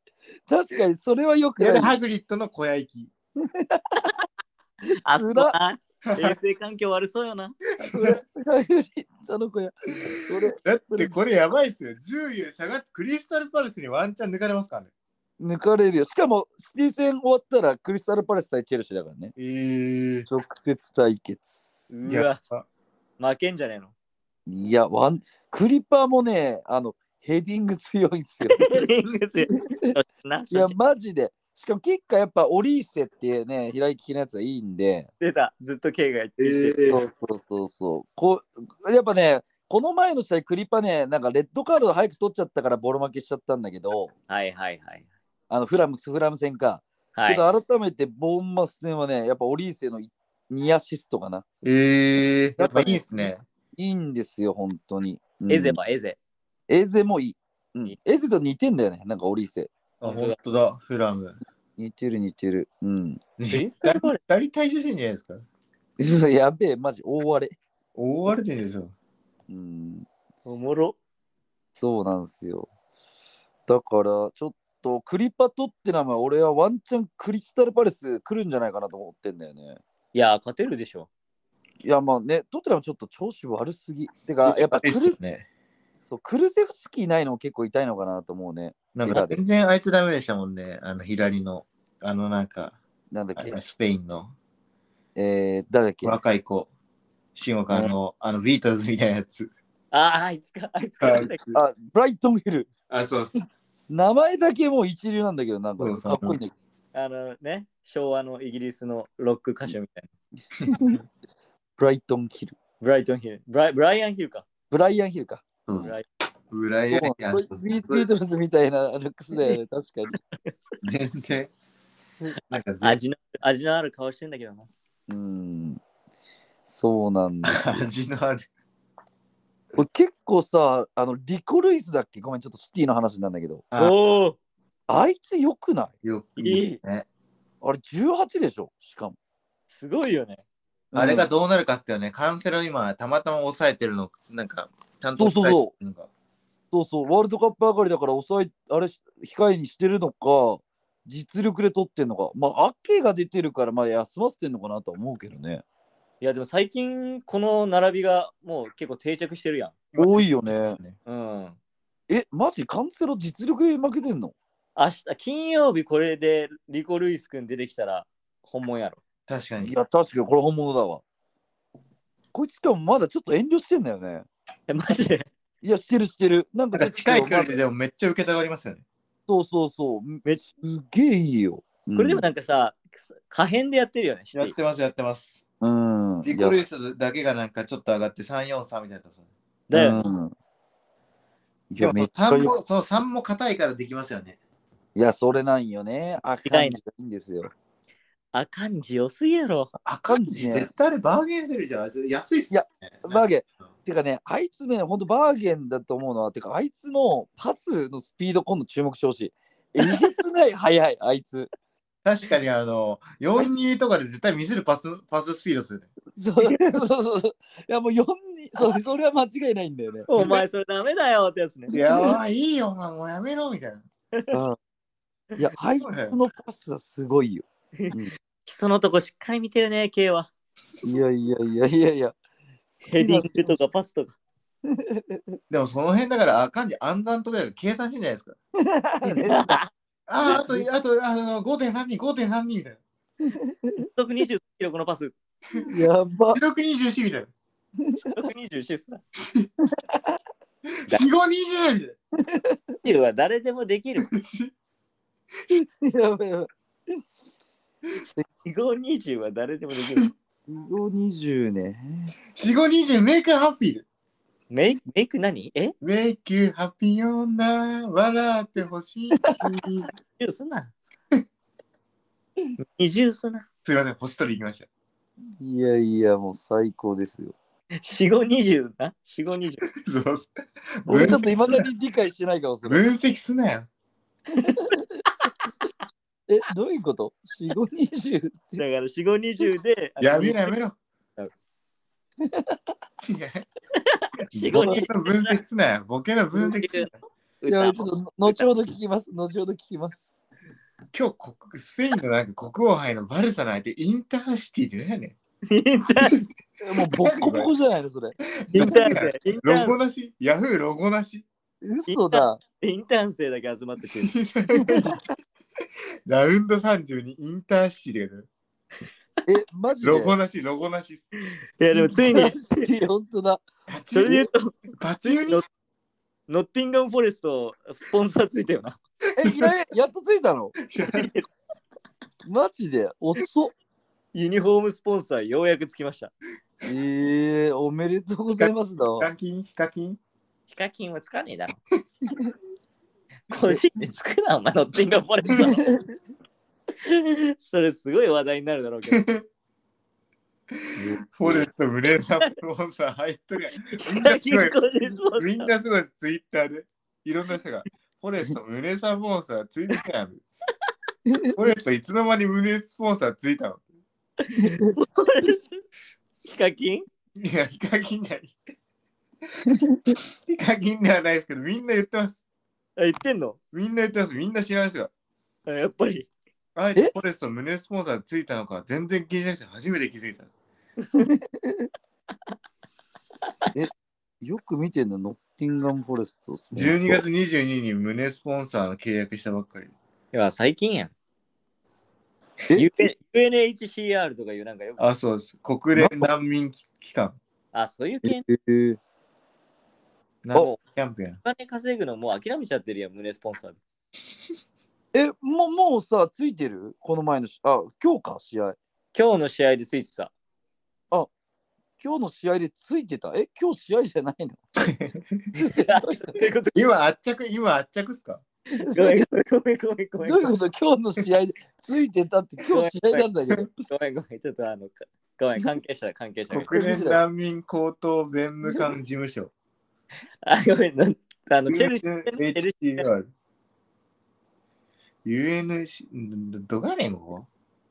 S1: 確かにそれはよく
S2: やだ、
S1: ない
S2: ハグリッドの小屋行き。
S3: あそこな。衛生環境悪そうよな。
S1: それハ グリッドの子やそれ
S2: だってこれやばいっすよ。10位より下がってクリスタルパレスにワンチャン抜かれますからね。
S1: 抜かれるよしかもシティ戦終わったらクリスタルパレス対チェルシーだからね
S2: えー。
S1: 直接対決
S3: う
S2: や
S3: わ、負けんじゃねえの。
S1: いやワンクリッパーもねあのヘディング強いん ですよ。い
S3: い
S1: や、マジで。しかも、結果やっぱ、オリーセっていうね、左利きのやつはいいんで、
S3: 出た。ずっと K が言ってて。
S2: え
S1: そうそうそうそうこう。やっぱね、この前の試合、クリパね、なんかレッドカード早く取っちゃったからボロ負けしちゃったんだけど、
S3: はいはいはい。
S1: あのフラムス、フラム戦か。
S3: はい
S1: け、ど、改めて、ボーンマス戦はね、やっぱオリーセの2アシストかな。
S2: えー、やっぱいいっすね。
S1: いいんですよ、本当に。うん
S3: エゼばエゼ。
S1: エゼもいい。うん、エゼと似てんだよね、なんかオリーセ。
S2: あ、ほんとだ、フラム。
S1: 似てる似てる。うん。
S3: クリ
S2: 二
S3: スタルバレ
S2: 人退場してんじゃないですか。
S1: やべえ、マジ大荒れ。
S2: 大荒れてるんですよ。
S1: うん。
S3: おもろ。
S1: そうなんですよ。だから、ちょっと、クリパトってのは、俺はワンチャンクリスタルパレス来るんじゃないかなと思ってんだよね。
S3: いや、勝てるでしょ。
S1: いや、まあね、トッテナムちょっと調子悪すぎ。てか、やっぱク
S2: で
S1: ル
S2: すよね。
S1: そうクルゼフスキーないのも結構痛いのかなと思うね。
S2: なんか全然あいつダメでしたもんね。あの左の、あのなんか、
S1: なんだっ
S2: あ
S1: け
S2: の、スペインの
S1: えー、誰だっけ
S2: 若い子。シモカの、あのビートルズみたいなやつ。
S3: ああ、あいつか、あいつか。
S1: あ、ブライトンヒル。
S2: あ、そうっす。
S1: 名前だけもう一流なんだけど、なんか
S2: そうそ
S1: か
S2: う
S1: っこいいんだけど。
S3: あのね、昭和のイギリスのロック歌手みたいな。
S1: ブライトンヒル。
S3: ブライトンヒル。ブライブライアンヒルか。
S1: ブライアンヒルか。
S2: そう
S3: ブ
S2: っ
S3: ラ
S2: す
S3: イ
S2: ブライ
S1: も
S2: ア
S1: う
S2: ン
S1: こ
S2: や
S1: いつビートビートルズみたいなルックスだよね、確かに。
S2: 全然。なんか全
S3: 味の味のある顔してんだけどな。
S1: うんそうなんだ。
S2: 然味のある。
S1: これ結構さ、あの、リコ・ルイスだっけごめん、ちょっとシティの話なんだけど。
S2: あ
S3: おお
S1: あいつよくない
S2: よくいいっすね。
S1: あれ18でしょしかも。
S3: すごいよね。
S2: あれがどうなるかっすよね。カウンセラー今、たまたま抑えてるの、なんか、ちゃんと。
S1: そうそうそう
S2: なんか
S1: そうそう、ワールドカップ上がりだから抑え、あれ、控えにしてるのか、実力で取ってんのか。まあ、アッケーが出てるから、まあ、休ませてんのかなとは思うけどね。
S3: いや、でも最近この並びがもう結構定着してるや
S1: 多いよね。
S3: ん。うん。
S1: え、マジカンセロ実力で負けてんの
S3: 明日、金曜日これでリコ・ルイス君出てきたら本物やろ。
S2: 確か
S1: い
S2: に。
S1: や、確かにこれ本物だわ。こいつしかもまだちょっと遠慮してんだよね。
S3: え、マジで
S1: いや、してるしてる。なん
S2: な
S1: か
S2: んか近い距離
S1: で
S2: ででもめっちゃ受けたがりますよね。
S1: そうそうそう。めすげえいいよ。こ
S3: これでもなんかさ、可変でやってるよね。シテ
S2: やっ
S3: ィ
S2: てます、やってます。
S1: うん。
S2: リコルイスだけがなんかちょっと上がって3、4、3みたいなとこ。
S3: だよね。
S1: うんい
S2: で
S1: や、
S2: も
S1: めっち
S2: そ
S1: ゃ
S2: の
S1: いい
S2: 3。も、その3も硬いからできますよね。
S1: いや、それなんよね。あかん
S3: 痛
S1: が
S3: い
S1: い
S3: ない
S1: んですよ。
S3: あかんじ良すぎやろ。
S2: 赤字、
S1: ね
S2: 絶対あれバーゲンセルじゃん。あいつ安いっすよね。
S1: バーゲン。てかね、あいつね、ほんとバーゲンだと思うのは、てか、あいつのパスのスピード、今度注目してほしい。えげつない、速い、あいつ。
S2: 確かにあの、4-2とかで絶対見せるパス、パススピードっすよね。
S1: そうそうそうそう。いや、もう4に、そうそれは間違いないんだよね。
S3: お前それダメだよってやつね。
S2: いやばい、いいよ、お前もうやめろ、みたいな。
S1: うんいや、あいつのパスはすごいよ。
S3: そのとこしっかり見てるね、K は。
S1: いやいやいやいやいや。
S3: ヘディングとかパスとか。
S2: でもその辺だから、赤字暗算とかで計算してんじゃないですか。ああ、あと、あと、あの、5.32、5.32みたいな。
S3: 特20キロこのパス。
S1: やば。
S2: 16、24みたいな。
S3: 特20シスだ。
S2: 4、5、20みたいな。
S3: 20は誰でもできる。
S1: やばいやばい。
S3: 記号20は誰でもできる。
S1: 20ね。
S2: 4、5、20、メイクハッピー。
S3: メイク、メイク何え
S2: メイクハッピーような笑ってほ しい。
S3: ジュースな。20すな。
S2: すいません、星取り行きました。
S1: いやいや、もう最高ですよ。
S3: 4、5、20な。4、5、20。
S2: そうっす分
S1: 俺ちょっといまだに理解してないかもしれない。
S2: 分析すなよ。
S1: え、どういうこと ?4、5、20って。
S3: だから4、5、20で。
S2: やめろやめろ。
S3: やめ
S2: いや
S3: 4、
S2: ボ
S3: 5、
S2: ケの分析すなよ。ボケの分析すなよ。
S1: いや、ちょ
S3: 20
S1: っ。と後ほど聞きます。後ほど聞きます。
S2: 今日国、スペインのなんか国王杯のバルサの相手、インターシティって何やねん。
S3: インターン
S1: もうボッコボコじゃないの、それ。
S3: インターン生、インタ
S2: ロ
S3: ーン
S2: ゴなしヤフーロゴ なし
S1: 嘘だ。
S3: 生、インターン生だけ集まってきてる。
S2: ラウンド32インターシティで
S1: え、マジで
S2: ロゴなし、ロゴなしっす。
S3: いや、でもついに、
S1: 本当だ。
S2: パチ
S3: それで言うと、
S2: パチユニ
S3: のノッティンガム・フォレスト、スポンサーついたよな。
S1: え、平井、やっとついたのマジで遅っ。
S3: ユニフォームスポンサー、ようやくつきました。
S1: ええおめでとうございますだわ。
S2: 課金、ヒカキン。
S3: ヒカキンはつかねえだろ。個人でつくな、お前、ノッティンガム・フォレ スト。それすごい話題になるだろう けど。
S2: フォレスト、グレーザー、プロンサー、入っとるやん。
S3: ヒカキン個人スポンサ
S2: みん
S3: ー
S2: なすごいです、ツイッターで。いろんな人が。フォレスト、胸スポンサーついてきたやん。フォレスト、いつの間に胸スポンサーついたの
S3: ヒカキン
S2: いや、ヒカキンじゃない。ヒカキンではないですけど、みんな言ってます。
S3: あ言ってんの
S2: みんな言ってます。みんな知らない人が。
S3: あやっぱり。
S2: あえて
S1: え
S2: フォレスト、胸スポンサーついたのか、全然気にしなくて、初めて気づいた。
S1: よく見てんの、ノッティンガム・フォレスト。
S2: 12月22日に胸スポンサーの契約したばっかり。
S3: いや、最近やん。
S1: え
S3: UN- UNHCR とかいうなんかよく。
S2: あ、そうです。国連難民機関。
S3: あ、そういう系
S1: えー、
S2: 難民
S3: お
S2: キャンプやん。
S3: お金稼ぐのもう諦めちゃってるやん、胸スポンサーで。
S1: え、もう、もうさ、ついてるこの前のし、あ、今日か、試合。
S3: 今日の試合でついてた。
S1: 今日の試合でついてた。え、今日試合じゃないの
S2: 今、圧着、今、圧着っすか
S3: ごめんごめんごめんごめんごめん
S1: どういうこと今日の試合でついてたって、今日試合なんだけど。
S3: ごめんごめん。ちょっとあの、かごめん、関係者だ、関係者が。
S2: 国連難民高等弁務官事務所。
S3: あ、ごめん。なんあの、チェルシー、チェルシ
S2: UNHCR。UNC、んどがねんこ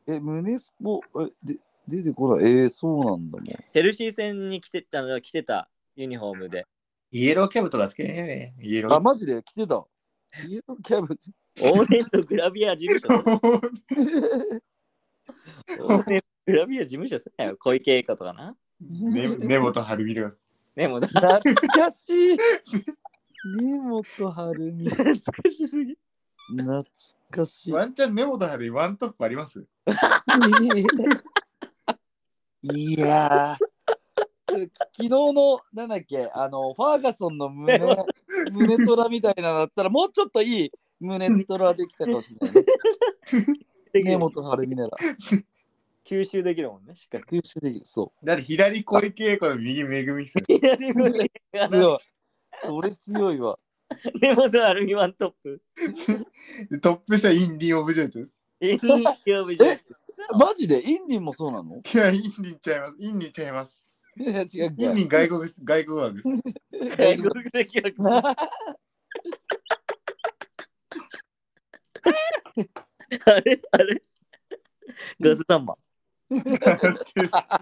S1: え、胸スポ、え、で出てこない。えー、そうなんだもん。
S3: ーチェルシー戦に来てたの、着てたユニフォームで。
S2: イエローキャブとかつけねえね。イエロ
S1: あ、
S2: ー
S1: マジで来てた。イエローキャブ。
S3: オーネントグラビア事務所。 オーネントグラビア事務所すなよ。小池栄子とかな。
S2: ネネボとハルミとか。
S3: ねもう だ、
S1: 懐かしい。 根本晴美。
S3: 懐かしすぎ。
S1: 懐かしい。
S2: ワンチャンネボとハルミワントップあります
S1: いやー。昨日の、なんだっけ、あの、ファーガソンの胸、胸トラみたいなのだったら、もうちょっといい胸トラできたかもしれ ない、ね。根本晴美なら、
S3: 吸収できるもんね、しっ かり。
S1: 吸収できる。そ
S2: だって左小池栄子の右めぐみっすよ。
S3: 左向きが
S1: う。強い。それ強 いわ。
S3: 根元アルミワントップ。
S2: でトップ下インディンオブジェクトです。
S3: インディオブジェク ト
S1: マジでインディンもそうなの
S2: いや、インディンちゃいます。インディンちゃいます。
S1: いや違う
S2: イン
S1: か
S2: ディン外国です外国枠です。
S3: 外国籍はあれ あれガスタンバ。
S1: ガス さ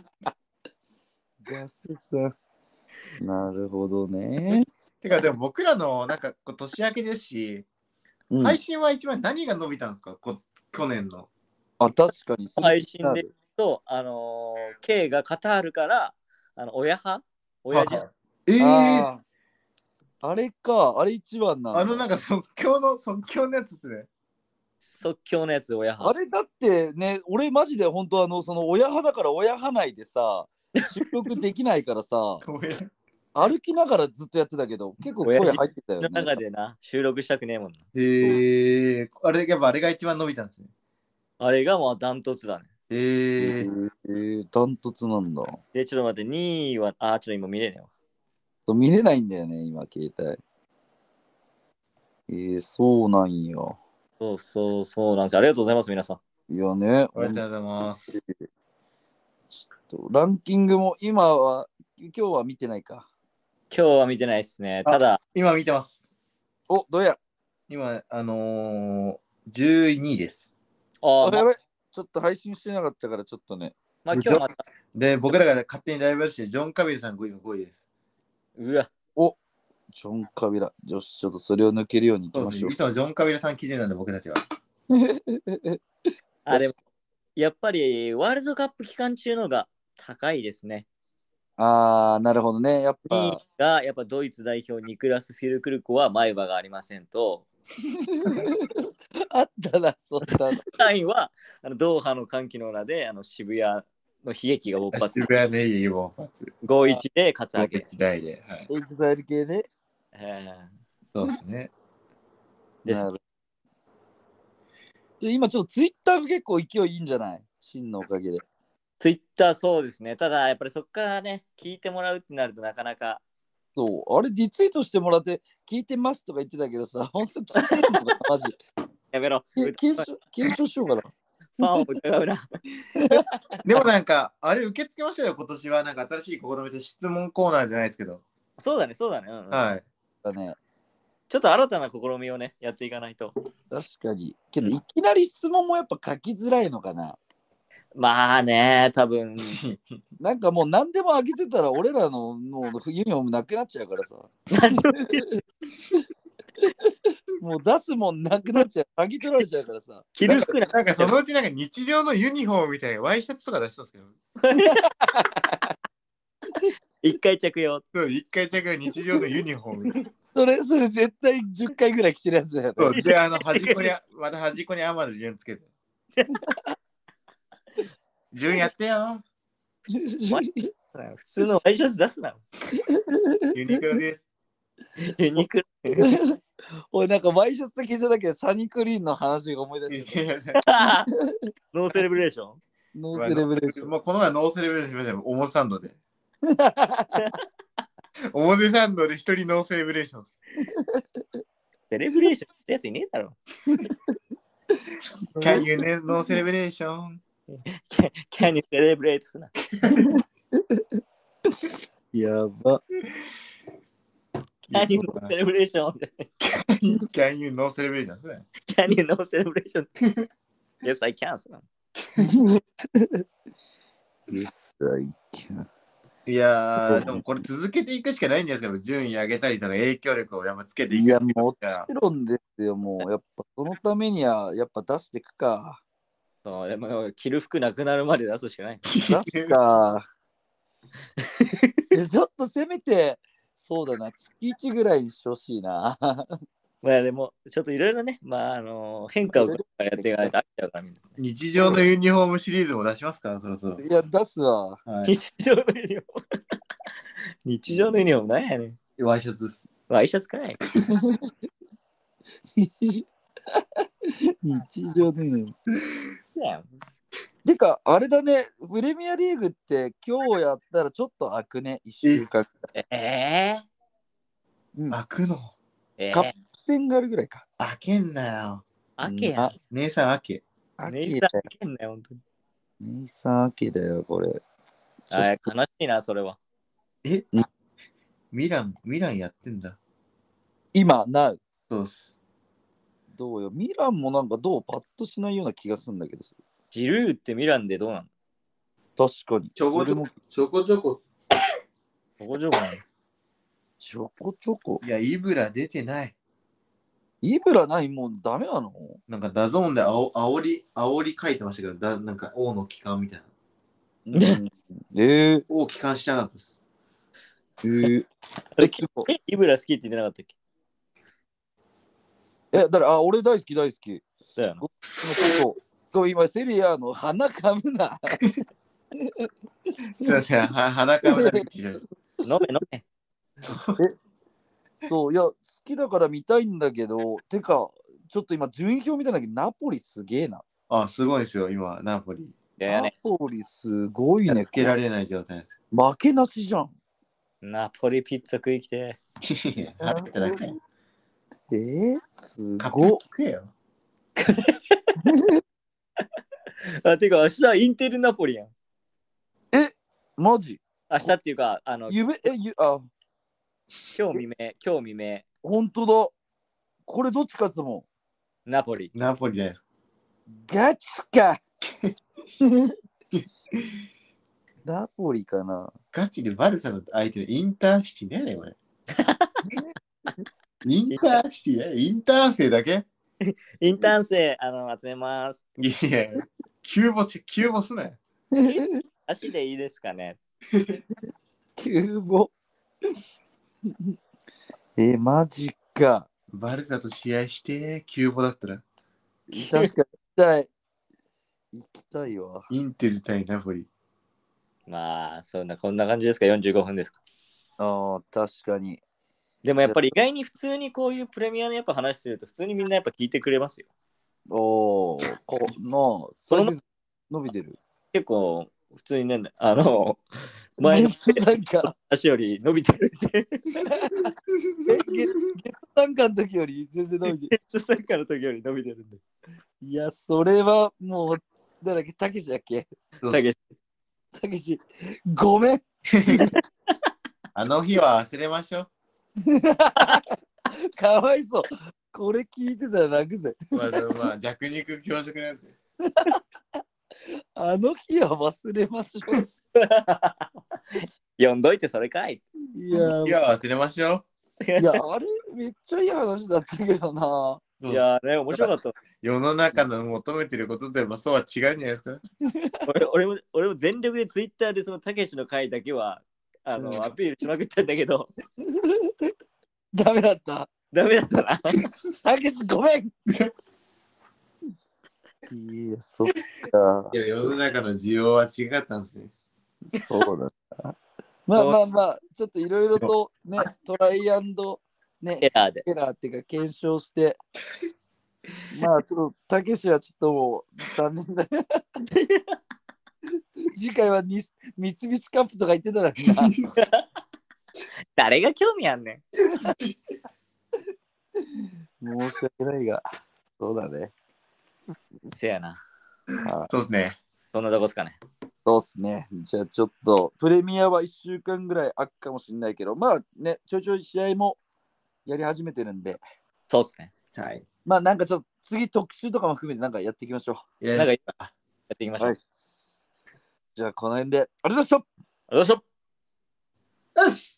S1: ん。なるほどね。
S2: てか、でも僕らのなんかこう年明けですし、
S1: うん
S2: 配信は一番何が伸びたんですかこ去年の。
S1: あ、確かに。
S3: 配信で言うと、あのー、K がカタールから、あの、親派親父派
S2: ええー、
S1: あーあれか、あれ一番なだ
S2: あのなんか即興の即興のやつですね。
S3: 即興のやつ、親
S1: あ
S3: 派。
S1: れだってね、俺マジで本当あの、その親派だから親派内で さ、収録できないからさ、
S2: ごめん
S1: 歩きながらずっとやってたけど、結構声入ってたよ
S3: の中
S1: ね。
S3: でな、収録したくねえもんな。
S2: ええあれやっぱあれが一番伸びたんですね。
S3: あれがもうダントツだね。
S1: え
S2: えー、
S1: ー、えー、ダントツなんだ。
S3: で、ちょっと待って、2位は、あ、ちょっと今見れねえわ。
S1: そう見れないんだよね、今、携帯。えー、そうなんや。
S3: そうそうそうなんですよ。ありがとうございます、皆さん。
S1: いやね、
S2: ありがとうございます。
S1: ちょっとランキングも今は、今日は見てないか。
S3: 今日は見てないっすね。ただ、
S2: 今見てます。
S1: お、どうや
S2: 今、あのー、12位です。
S3: あ
S1: あ
S3: あ、ま
S1: やばいちょっと配信してなかったから、ちょっとね。
S3: まあ今日また、
S2: で、僕らが勝手にライバルして、ジョン・カビルさん5位、5位です。
S3: うわ、
S1: ジョン・カビラ。よし、ちょっとそれを抜けるようにいき
S2: そう
S1: ま
S2: で
S1: し
S2: す
S1: ょ
S2: ね。いつもジョン・カビルさん基準なんで、僕たちは。
S1: う。
S3: あれも、やっぱりワールドカップ期間中のが高いですね。
S1: あー、なるほどね。やっ
S3: 2位
S1: ぱ、
S3: がやっぱドイツ代表ニクラス・フィルクルコは前歯がありませんと、
S1: あったな、そん なの。
S3: 3位はあのドーハの歓喜の裏であの渋谷の悲劇が勃発
S2: 渋、谷でいい、もう、パツ。
S3: 5-1で勝つわ
S2: 僕
S3: け。
S2: 時代で。はい。
S1: エグザイル系ね。
S3: えー
S2: そうですね。
S3: です
S1: なるで今ちょっとツイッターが結構勢いいいんじゃない真のおかげで。
S3: ツイッターそうですね。ただ、やっぱりそこからね、聞いてもらうってなるとなかなか。
S1: そう、あれリツイートしてもらって聞いてますとか言ってたけどさ、 本当聞いてるのかな、マ ジ。
S3: やめろ。
S1: え
S3: フ
S1: 検証検証しようかな。
S3: ァンを疑うな。
S2: でもなんか、あれ受け付けましょうよ、今年は。なんか新しい試みで質問コーナーじゃないですけど。
S3: そうだね、そうだね。うんうん
S2: はい。
S1: だね。
S3: ちょっと新たな試みをね、やっていかないと。
S1: 確かに。けど、いきなり質問もやっぱ書きづらいのかな。
S3: まあね、多分
S1: なんかもう何でもあげてたら、俺らのもうユニフォームなくなっちゃうからさ。もう出すもんなくなっちゃう。あげ取られちゃうからさ。
S3: 着る服な
S2: なんかそのうちなんか日常のユニフォームみたいなワイシャツとか出しそうですけど。
S3: 一回着用。
S2: そう一回着用日常のユニフォーム。
S1: それ、それ絶対10回ぐらい着てるやつだよ
S2: そ
S1: ね。
S2: うで、あの端っこに、また端っこに余る順つけて。順やってよ。
S3: 普通のワイシャツ出す な。
S2: ユニクロです。
S3: ユニクロ。
S1: おい、なんかワイシャツだけじゃなくて、サニークリーンの話が思い出して きた。
S3: ノーセレブレーション。
S1: ノーセレブレーション。
S2: もうこの前ノーセレブレーションしましたよ、表 参道で。表参道で一人ノーセレブレーションです。
S3: セレブレーションってやついねえだろ。
S2: Can you n ノーセレブレーション
S3: Can, can you celebrate? すな。
S1: や ば。
S3: Can you celebration?
S2: Can you ノーセレブレーションですね。
S3: Can you no celebration? yes, I can. すな
S2: いやー、でもこれ続けていくしかないんじゃないですか、順位上げたりとか影響力をやっぱつけてい
S1: い
S2: く。
S1: や、もちろんですよ、もう。やっぱ、そのためには、やっぱ出していくか。
S3: そうでも着る服なくなるまで出すしかない。
S1: 出すか。 えちょっとせめて、そうだな、月1ぐらいにしてほしいな。
S3: まあでも、ちょっといろいろね、まああの変化をやっていかないと飽きちゃうからみんな。
S2: 日常のユニフォームシリーズも出しますから、そろそろ。
S1: いや、出すわ。
S2: は い
S3: 日常のユニフォーム。日常のユニフォームなんやねん。
S2: ワイシャツです。
S3: ワイシャツかい。
S1: 日常でいいのよ。
S3: ね
S1: てか、あれだね、プレミアリーグって今日やったらちょっと開くね、一週間。
S3: ええ
S1: うん、
S2: 開くの
S3: え
S1: カップ戦があるぐらいか。
S2: 開けんなよ。
S3: あけや。
S2: 姉さん開け。
S1: あ
S3: 姉
S1: け
S3: さ
S1: だ
S3: んあ
S1: よ。
S3: けんなよ、本当に。
S1: 姉さんあけだよ、これ。
S3: あー悲しいな、それは。
S2: え
S1: うん
S2: ミラン、ミランやってんだ。
S1: 今、なう。
S2: そうっす。
S1: どうよ。ミランもなんかどうパッとしないような気がするんだけど。
S3: ジルーってミランでどうなの
S1: 確かに。
S2: ちょこち
S1: それ
S2: ょ
S1: も
S2: こ。ちょこちょこ。
S3: ここ情報 なの
S1: ちょこちょこ。
S2: いや、イブラ出てない。
S1: イブラないもうダメ なの
S2: なんかダゾーンであお煽り、煽り書いてましたけど、だなんか王の帰還みたいな。
S1: うんえー、
S2: 王帰還してなかったです。
S1: えー。
S3: あれえイブラ好きって言ってなかったっけ
S1: え、だから、あ、俺大好き大好き。
S3: だよな。
S1: そうそう今セリアの鼻かむな。
S2: すいません、は鼻かぶら
S3: 飲め飲 め。
S1: そういや好きだから見たいんだけど、てかちょっと今順位表見たんだけどナポリすげえな。
S2: あ、すごいですよ、今、ナポリ。
S3: いやいやね、
S1: ナポリすごい
S2: や
S1: ね
S2: っ。つけられない状態です。
S1: 負けなしじゃん。
S3: ナポリピッツァ食いきて。
S2: いや腹立ってないから
S1: えー、す
S2: カップ
S1: ごっ
S2: 食えよ。
S3: あ、てか明日インテルナポリやん。
S1: マジ。
S3: 明日っていうか、あの、今
S1: 夢えゆあ
S3: 日未明、今日未明、
S1: 本当だ。これどっち勝つも
S3: ナポリ。
S2: ナポリじゃないです。
S1: ん。ガチか。 ナポリかな。
S2: ガチでバルサの相手のインターシティねえね、 これ。インターシティね、インターン生だけ
S3: インターン生、あの、集めます。
S2: いやいや、急募し、急募すなよ。
S3: 足でいいですかね。
S1: 急募。えマジか。
S2: バルサと試合して、急募だったら、
S1: 確かに行きたい。行きたいわ。
S2: インテル対ナポリ。
S3: まあ、そんな、こんな感じですか、45分ですか。
S1: ああ、確かに。
S3: でもやっぱり意外に普通にこういうプレミアのやっぱ話すると普通にみんなやっぱ聞いてくれますよ。
S1: おお、この、そ
S3: そ
S1: れ
S3: の
S1: 伸びてる。
S3: 結構普通にね、あの、前の
S1: ゲスト参加、
S3: 話より伸びてるって、
S1: えゲスゲスト参加の時より全然伸びてる。
S3: さっきの時より伸びてるんで。
S1: いや、それはもう、誰だっけ、たけしだっけ
S2: そう
S3: たけし
S1: たけし、ごめん。
S2: あの日は忘れましょう。
S1: かわいそう。これ聞いてたら泣くぜ。
S2: まあ、でもまあ、弱肉強食なんで。
S1: あの日は忘れましょ
S3: 呼んどいてそれかい。
S1: う。いや、
S2: いや、忘れましょ
S1: いや、あれ、めっちゃいい話だったけどな。
S2: う。
S3: いやーね、面白かった。
S2: 世の中の求めてることといえばそうは違うんじゃないですか。
S3: 俺俺も俺も全力でツイッターでそのたけしの回だけはあの、
S1: うん
S3: アピールしまくったんだけど、
S1: ダメだった。
S3: ダメだった な。
S1: たけし、ごめん。いや、そっか
S2: い。や、世の中の需要は違ったんですね。
S1: そうだな。まあまあまあ、ちょっといろいろとね、トライアンド、ね、
S3: エラーで。
S1: エラーっていうか検証して、まあちょっと、たけしはちょっともう残念だ。次回はに三菱カップとか言ってたらな、
S3: 誰が興味あんねん。
S1: 申し訳ないが、そうだね。
S3: せやな。
S1: はい
S2: そうですね。
S3: そんなとこっすかね。
S1: そうっすね。じゃあちょっと、プレミアは1週間ぐらい空くかもしれないけど、まあね、ちょいちょい試合もやり始めてるんで、
S3: そうっすね。
S2: はい。
S1: まあなんかちょっと次特集とかも含めてなんかやっていきましょう。
S2: いや
S3: なんかやっていきましょう。
S1: はい。じゃあ、この辺で、ありがとうございました
S3: よいしょ
S2: よし